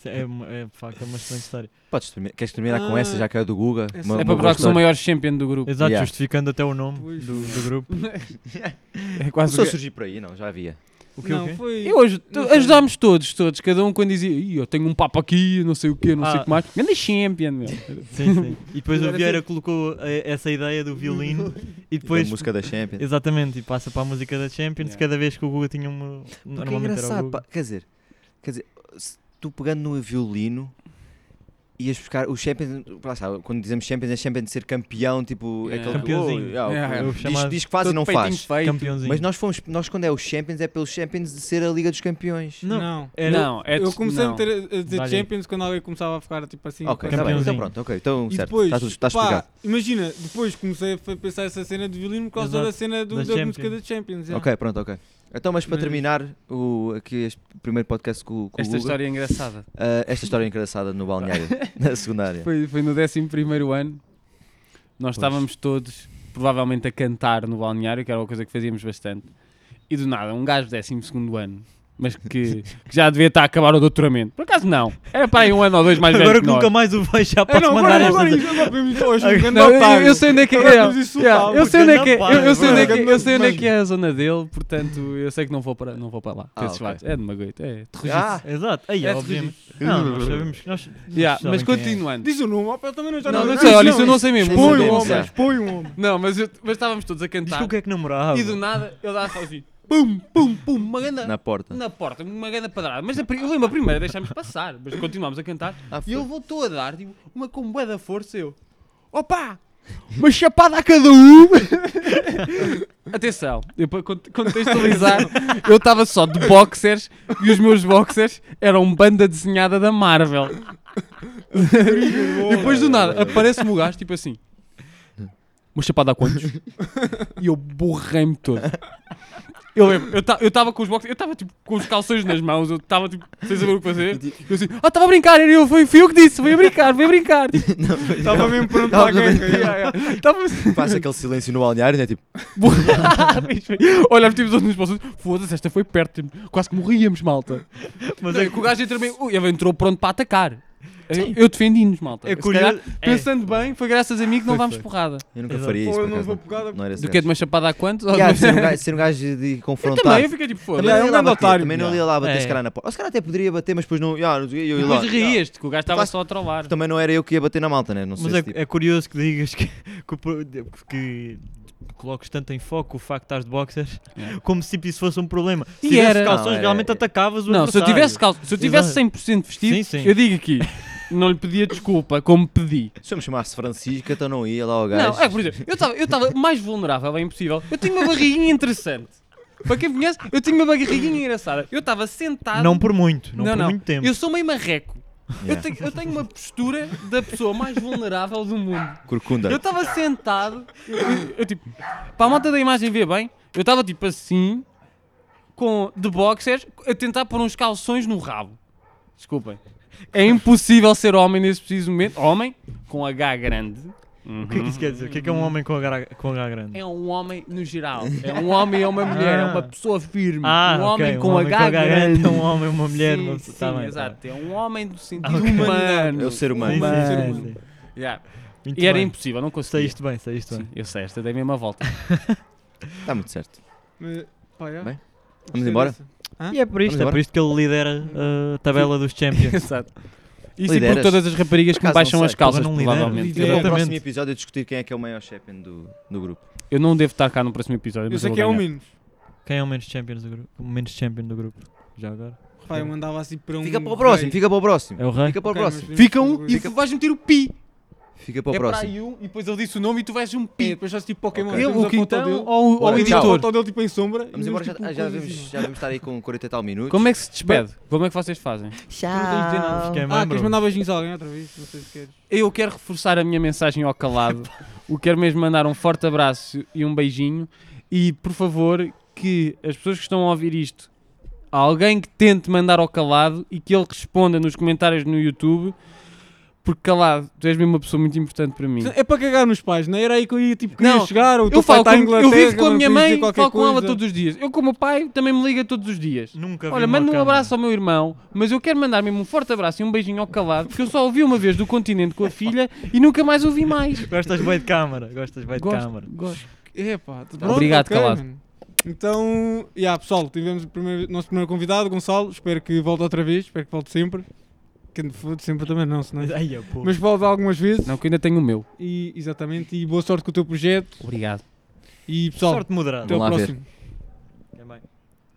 Speaker 6: É, uma- é, de facto, é uma excelente história.
Speaker 3: Podes terminar. Queres terminar com
Speaker 2: Ah.
Speaker 3: essa? Já caiu do Guga. Uma-
Speaker 2: É
Speaker 4: É
Speaker 3: uma
Speaker 4: para
Speaker 3: boa
Speaker 4: provar que sou o
Speaker 3: história.
Speaker 4: maior champion do grupo.
Speaker 6: Exato,
Speaker 3: Yeah.
Speaker 6: justificando até o nome
Speaker 2: Pois.
Speaker 6: do, do grupo.
Speaker 4: É quase
Speaker 3: Começou
Speaker 4: o
Speaker 3: a
Speaker 4: que-
Speaker 3: surgir por aí, não, já havia.
Speaker 6: O que
Speaker 2: Não,
Speaker 6: o quê?
Speaker 2: foi.
Speaker 4: Eu hoje tu-
Speaker 2: Não sei.
Speaker 4: ajudámos todos, todos, cada um quando dizia, "Ih, eu tenho um papo aqui, não sei o quê, não sei o
Speaker 6: Ah.
Speaker 4: que mais. Grande champion, meu.
Speaker 6: Sim, sim. E depois o
Speaker 2: Agora
Speaker 6: Vieira colocou eh, essa ideia do violino e depois.
Speaker 3: Da música da Champions.
Speaker 6: Exatamente, e passa para a música da Champions
Speaker 4: Yeah.
Speaker 6: cada vez que o Guga tinha uma.
Speaker 3: Porque é
Speaker 6: Normalmente era o
Speaker 3: engraçado,
Speaker 6: Guga.
Speaker 3: pá. Quer dizer, quer dizer, se tu pegando no violino ias buscar o Champions, lá está, quando dizemos Champions é Champions de ser campeão, tipo,
Speaker 4: É.
Speaker 3: é aquele
Speaker 6: Campeãozinho.
Speaker 3: que, oh, yeah,
Speaker 4: É,
Speaker 3: o-
Speaker 6: o
Speaker 3: diz,
Speaker 6: chamado-
Speaker 3: diz que faz e
Speaker 4: Todo
Speaker 3: não
Speaker 4: peitinho
Speaker 3: faz.
Speaker 4: feito.
Speaker 6: Campeãozinho.
Speaker 3: Mas nós fomos, nós quando é os Champions é pelos Champions de ser a Liga dos Campeões.
Speaker 2: Não.
Speaker 6: era-
Speaker 4: Não, é
Speaker 2: eu comecei a
Speaker 4: não.
Speaker 2: meter a- a dizer
Speaker 6: Dá-lhe.
Speaker 2: Champions quando alguém começava a ficar tipo assim.
Speaker 3: ok,
Speaker 2: com-
Speaker 3: tá bem, então
Speaker 6: Campeãozinho.
Speaker 3: pronto, ok, então
Speaker 2: E
Speaker 3: certo,
Speaker 2: depois,
Speaker 3: está, tudo- está
Speaker 2: pá,
Speaker 3: explicado.
Speaker 2: imagina, depois comecei a fa- pensar essa cena de violino por causa
Speaker 6: Exato.
Speaker 2: da cena do-
Speaker 6: Da
Speaker 2: da,
Speaker 6: Champions.
Speaker 2: música da Champions. já.
Speaker 3: Ok, pronto, ok. Então, mas para
Speaker 2: é. Mas-
Speaker 3: terminar o, aqui este primeiro podcast com, com
Speaker 4: Esta
Speaker 3: o Guga,
Speaker 4: história é engraçada.
Speaker 3: ah, esta história engraçada no balneário, na secundária.
Speaker 4: Foi, foi no 11 ano. Nós estávamos todos, provavelmente, a cantar no balneário, que era uma coisa que fazíamos bastante. E do nada, um gajo do 12 ano, mas que, que já devia estar a acabar o doutoramento. Por acaso não. Era para aí um ano ou dois mais
Speaker 6: Agora
Speaker 4: velho.
Speaker 6: que
Speaker 4: que
Speaker 6: nunca
Speaker 4: nós.
Speaker 6: mais o
Speaker 4: É,
Speaker 6: vais já
Speaker 2: Ah,
Speaker 6: posso
Speaker 2: não,
Speaker 6: mandar
Speaker 2: agora,
Speaker 6: esta.
Speaker 2: agora, agora, agora, vimos hoje, um grande
Speaker 4: Não, eu,
Speaker 2: otário.
Speaker 4: eu sei onde é que é.
Speaker 2: Agora vamos insultá-lo,
Speaker 4: yeah, eu sei onde é que é.
Speaker 6: porque
Speaker 4: Eu, eu sei onde é que,
Speaker 2: não
Speaker 4: eu sei onde é
Speaker 2: paga.
Speaker 4: que é a zona dele, portanto, eu sei que não vou para, não vou para lá.
Speaker 3: Ah,
Speaker 4: Esses
Speaker 3: ok.
Speaker 4: fatos. É de magoito, é terrível.
Speaker 3: Ah,
Speaker 6: Exato, aí
Speaker 4: É Uhum.
Speaker 6: obviamente. Não, nós sabemos. Nós...
Speaker 4: Yeah,
Speaker 6: sabem
Speaker 4: mas
Speaker 6: quem é.
Speaker 4: continuando.
Speaker 2: Diz o nome, ó, pá, eu também não já
Speaker 4: Não,
Speaker 2: não
Speaker 4: não sei, olha, isso eu não sei mesmo.
Speaker 2: Expõe
Speaker 3: Não
Speaker 2: o
Speaker 3: sei, não
Speaker 2: homem,
Speaker 3: sei.
Speaker 2: expõe o homem.
Speaker 4: Não, mas, eu- mas estávamos todos a
Speaker 6: Diz
Speaker 4: cantar.
Speaker 6: que o que é que namorava.
Speaker 4: E do nada ele dá só assim, pum, pum, pum, uma ganda na,
Speaker 3: na porta.
Speaker 4: porta, uma ganda padrada. Mas a pri- eu lembro a primeira, deixámos passar, mas continuámos a cantar.
Speaker 3: Ah,
Speaker 4: E
Speaker 3: foi.
Speaker 4: ele voltou a dar, tipo, uma com bué da força, eu, opa, uma chapada a cada um. Atenção, eu para cont- contextualizar, eu estava só de boxers e os meus boxers eram banda desenhada da Marvel. e depois do nada, aparece-me o gajo, tipo assim, uma chapada a quantos? e eu borrei-me todo. Eu lembro, eu estava com os boxers, eu estava tipo com os calções nas mãos, eu estava tipo sem saber o que fazer. Eu assim, ah, estava a brincar, era eu, fui, fui eu que disse, fui a brincar, fui a brincar. Tipo, assim,
Speaker 2: Estava mesmo pronto
Speaker 3: Estava
Speaker 2: para a guerra. é,
Speaker 3: mesmo-
Speaker 2: yeah, yeah.
Speaker 4: estava
Speaker 3: Faz aquele silêncio no balneário, né? Tipo,
Speaker 4: Olha, tivemos uns para tipo, os outros, foda-se, esta foi perto, tipo, quase que morríamos, malta.
Speaker 6: Mas
Speaker 4: Não,
Speaker 6: é,
Speaker 4: é que o gajo entrou bem, ui, ele entrou pronto para atacar. Eu, eu defendi-nos, malta. Se
Speaker 6: é curioso.
Speaker 4: calhar, pensando bem, foi graças a mim que não
Speaker 6: Foi,
Speaker 4: levámos
Speaker 6: foi.
Speaker 4: porrada.
Speaker 3: eu nunca
Speaker 6: Exato.
Speaker 3: faria isso.
Speaker 2: Ou eu
Speaker 3: por
Speaker 2: não
Speaker 3: acaso,
Speaker 2: vou pegada.
Speaker 3: não era esse
Speaker 4: Do que de
Speaker 3: gajo.
Speaker 4: uma chapada a quantos? Ou-
Speaker 3: Yeah, ser, um gajo, ser um gajo de
Speaker 4: Eu
Speaker 3: confrontar.
Speaker 4: também, eu fiquei tipo, foda-se.
Speaker 3: Também
Speaker 2: Ele é
Speaker 3: não ia
Speaker 2: um
Speaker 3: lá
Speaker 2: grande
Speaker 3: bater,
Speaker 2: otário.
Speaker 3: também não
Speaker 6: Yeah.
Speaker 3: ia lá bater,
Speaker 6: É.
Speaker 3: se calhar, na porta. Ou se calhar até poderia bater, mas depois não. Yeah, não sei o quê, eu ia lá.
Speaker 4: Depois rieste, que o gajo estava
Speaker 3: Quase-
Speaker 4: só a trovar.
Speaker 3: Também não era eu que ia bater na malta, né? Não sei
Speaker 6: Mas
Speaker 3: se
Speaker 6: é,
Speaker 3: tipo-
Speaker 6: é curioso que digas que, que, o pro- que coloques tanto em foco o facto de estás de boxers
Speaker 4: Yeah.
Speaker 6: como se tipo, isso fosse um problema. Se
Speaker 4: É. E
Speaker 6: tivesse
Speaker 4: era. é-
Speaker 6: calções,
Speaker 3: Não, era-
Speaker 6: realmente atacavas o
Speaker 4: Não, se eu
Speaker 6: adversário.
Speaker 4: tivesse calço, se eu tivesse
Speaker 6: Exato.
Speaker 4: 100% vestido,
Speaker 6: Sim, sim.
Speaker 4: eu digo aqui, não lhe pedia desculpa, como pedi.
Speaker 3: tipo, Se eu me chamasse Francisco, então não ia lá o gajo.
Speaker 4: Não, é por exemplo, eu estava eu estava mais vulnerável, é impossível. Eu tinha uma barriguinha interessante. Para quem me conhece, eu tinha uma barriguinha engraçada. Eu estava sentado.
Speaker 6: Não por muito, não, por muito tempo.
Speaker 4: Eu sou meio marreco. Eu,
Speaker 3: Yeah.
Speaker 4: tenho, eu tenho uma postura da pessoa mais vulnerável do mundo.
Speaker 3: Corcunda.
Speaker 4: Eu estava sentado, eu, eu- eu tipo, para a malta da imagem ver bem, eu estava tipo assim, com, de boxers, a tentar pôr uns calções no rabo. Desculpem. É impossível ser homem nesse preciso momento. Homem com H grande.
Speaker 6: O que é que isso quer dizer? O que é que é um homem com H, com H grande?
Speaker 4: Uhum. É um homem no geral. É um homem, é uma mulher, é uma
Speaker 6: Ah.
Speaker 4: pessoa firme.
Speaker 6: Ah,
Speaker 4: um
Speaker 6: ok,
Speaker 4: homem com H, grande.
Speaker 6: é um homem, uma mulher.
Speaker 4: sim,
Speaker 6: uma...
Speaker 4: sim,
Speaker 6: tá bem, tá
Speaker 4: exato. É um homem do sentido
Speaker 6: Ok.
Speaker 4: humano.
Speaker 3: É o ser humano.
Speaker 6: bem. Sim, sim, sim,
Speaker 4: Humano.
Speaker 6: sim.
Speaker 4: Yeah.
Speaker 6: Muito
Speaker 4: E era
Speaker 6: bem.
Speaker 4: impossível, não conseguia.
Speaker 6: Saíste bem, saíste bem.
Speaker 4: Sim, eu sei, esta dei mesmo a volta.
Speaker 3: Está Tá muito certo.
Speaker 2: Mas, pá, já.
Speaker 3: Bem,
Speaker 2: Gostei
Speaker 3: vamos embora?
Speaker 2: dessa.
Speaker 6: E é por isto,
Speaker 3: Vamos
Speaker 6: é por
Speaker 3: embora?
Speaker 6: isto que ele lidera uh, a tabela dos Champions.
Speaker 4: Exato. Isso e por
Speaker 3: Lideras?
Speaker 4: todas as raparigas
Speaker 3: Por
Speaker 4: que me
Speaker 3: acaso
Speaker 4: baixam
Speaker 3: não
Speaker 4: as
Speaker 3: sei,
Speaker 4: calças,
Speaker 6: porra, não lidero.
Speaker 4: provavelmente.
Speaker 3: Eu vou
Speaker 4: Eu
Speaker 3: no
Speaker 6: Lidero.
Speaker 4: não,
Speaker 6: Exatamente.
Speaker 3: próximo episódio discutir quem é que é o maior champion do, do grupo.
Speaker 4: eu não devo estar cá no próximo episódio.
Speaker 2: Eu
Speaker 4: mas
Speaker 2: sei
Speaker 4: vou
Speaker 2: que é o
Speaker 4: ganhar.
Speaker 2: menos.
Speaker 6: Quem é o menos champions do grupo? O menos champion do grupo. Já agora.
Speaker 2: Pá, eu mandava assim para um.
Speaker 3: Fica para o próximo,
Speaker 2: rei.
Speaker 3: fica para o próximo.
Speaker 4: um-
Speaker 6: É o rei?
Speaker 3: Fica para o
Speaker 2: Ok, mas
Speaker 3: próximo.
Speaker 2: podemos
Speaker 4: Fica um
Speaker 2: fazer-
Speaker 4: e tu vais meter o pi.
Speaker 3: Fica para o
Speaker 4: é para
Speaker 3: próximo.
Speaker 4: aí um e depois ele disse o nome e tu vais um
Speaker 2: É,
Speaker 4: pi.
Speaker 2: depois faz tipo Pokémon.
Speaker 3: Ok.
Speaker 4: Ele,
Speaker 2: temos a
Speaker 4: o
Speaker 2: foto
Speaker 4: Quintão
Speaker 2: dele.
Speaker 4: ou, ou o
Speaker 3: Bora,
Speaker 2: Temos a
Speaker 4: editor.
Speaker 2: foto dele tipo em sombra. e
Speaker 3: Vamos
Speaker 2: vemos,
Speaker 3: embora, já,
Speaker 2: tipo,
Speaker 3: ah, já,
Speaker 2: coisas
Speaker 3: devemos,
Speaker 2: assim.
Speaker 3: já devemos estar aí com 40 e tal minutos.
Speaker 4: Como é que se despede? Como é que vocês fazem?
Speaker 2: Tchau.
Speaker 6: Fiquei
Speaker 2: Ah,
Speaker 6: membro.
Speaker 2: queres mandar beijinhos a alguém outra vez? Não sei se queres.
Speaker 4: Eu quero reforçar a minha mensagem ao calado. O quero mesmo mandar um forte abraço e um beijinho. E por favor, que as pessoas que estão a ouvir isto, alguém que tente mandar ao calado e que ele responda nos comentários no YouTube, porque calado, tu és mesmo uma pessoa muito importante para mim.
Speaker 2: É para cagar nos pais, não era aí que eu ia tipo, queria
Speaker 4: Não,
Speaker 2: chegar, ou o teu
Speaker 4: Eu,
Speaker 2: pai
Speaker 4: falo
Speaker 2: está
Speaker 4: com,
Speaker 2: em
Speaker 4: eu
Speaker 2: Inglaterra,
Speaker 4: vivo com a
Speaker 2: não
Speaker 4: minha
Speaker 2: queres dizer
Speaker 4: mãe, falo
Speaker 2: qualquer
Speaker 4: com ela
Speaker 2: coisa.
Speaker 4: todos os dias. Eu, como pai, também me liga todos os dias.
Speaker 6: Nunca vi
Speaker 4: Olha,
Speaker 6: uma
Speaker 4: manda um
Speaker 6: cama.
Speaker 4: abraço ao meu irmão, mas eu quero mandar mesmo um forte abraço e um beijinho ao calado, porque eu só ouvi uma vez do continente com a filha e nunca mais ouvi mais.
Speaker 6: Gostas bem de câmara, gostas bem de câmara.
Speaker 4: gosto.
Speaker 2: É pá, tudo
Speaker 4: Tá. Obrigado,
Speaker 2: ok,
Speaker 4: calado.
Speaker 2: mano. Então, yeah, pessoal, tivemos o primeiro- nosso primeiro convidado, Gonçalo. Espero que volte outra vez, espero que volte sempre. Que não foda sempre também, não, senão.
Speaker 3: é-
Speaker 6: Mas, ai, eu, pô.
Speaker 2: Mas volte algumas vezes.
Speaker 4: Não, que eu ainda tenho o meu.
Speaker 2: E, exatamente, e boa sorte com o teu projeto.
Speaker 4: Obrigado.
Speaker 2: E pessoal,
Speaker 6: Sorte moderada.
Speaker 2: até ao
Speaker 3: Vamos lá ver.
Speaker 2: próximo.
Speaker 6: É bem.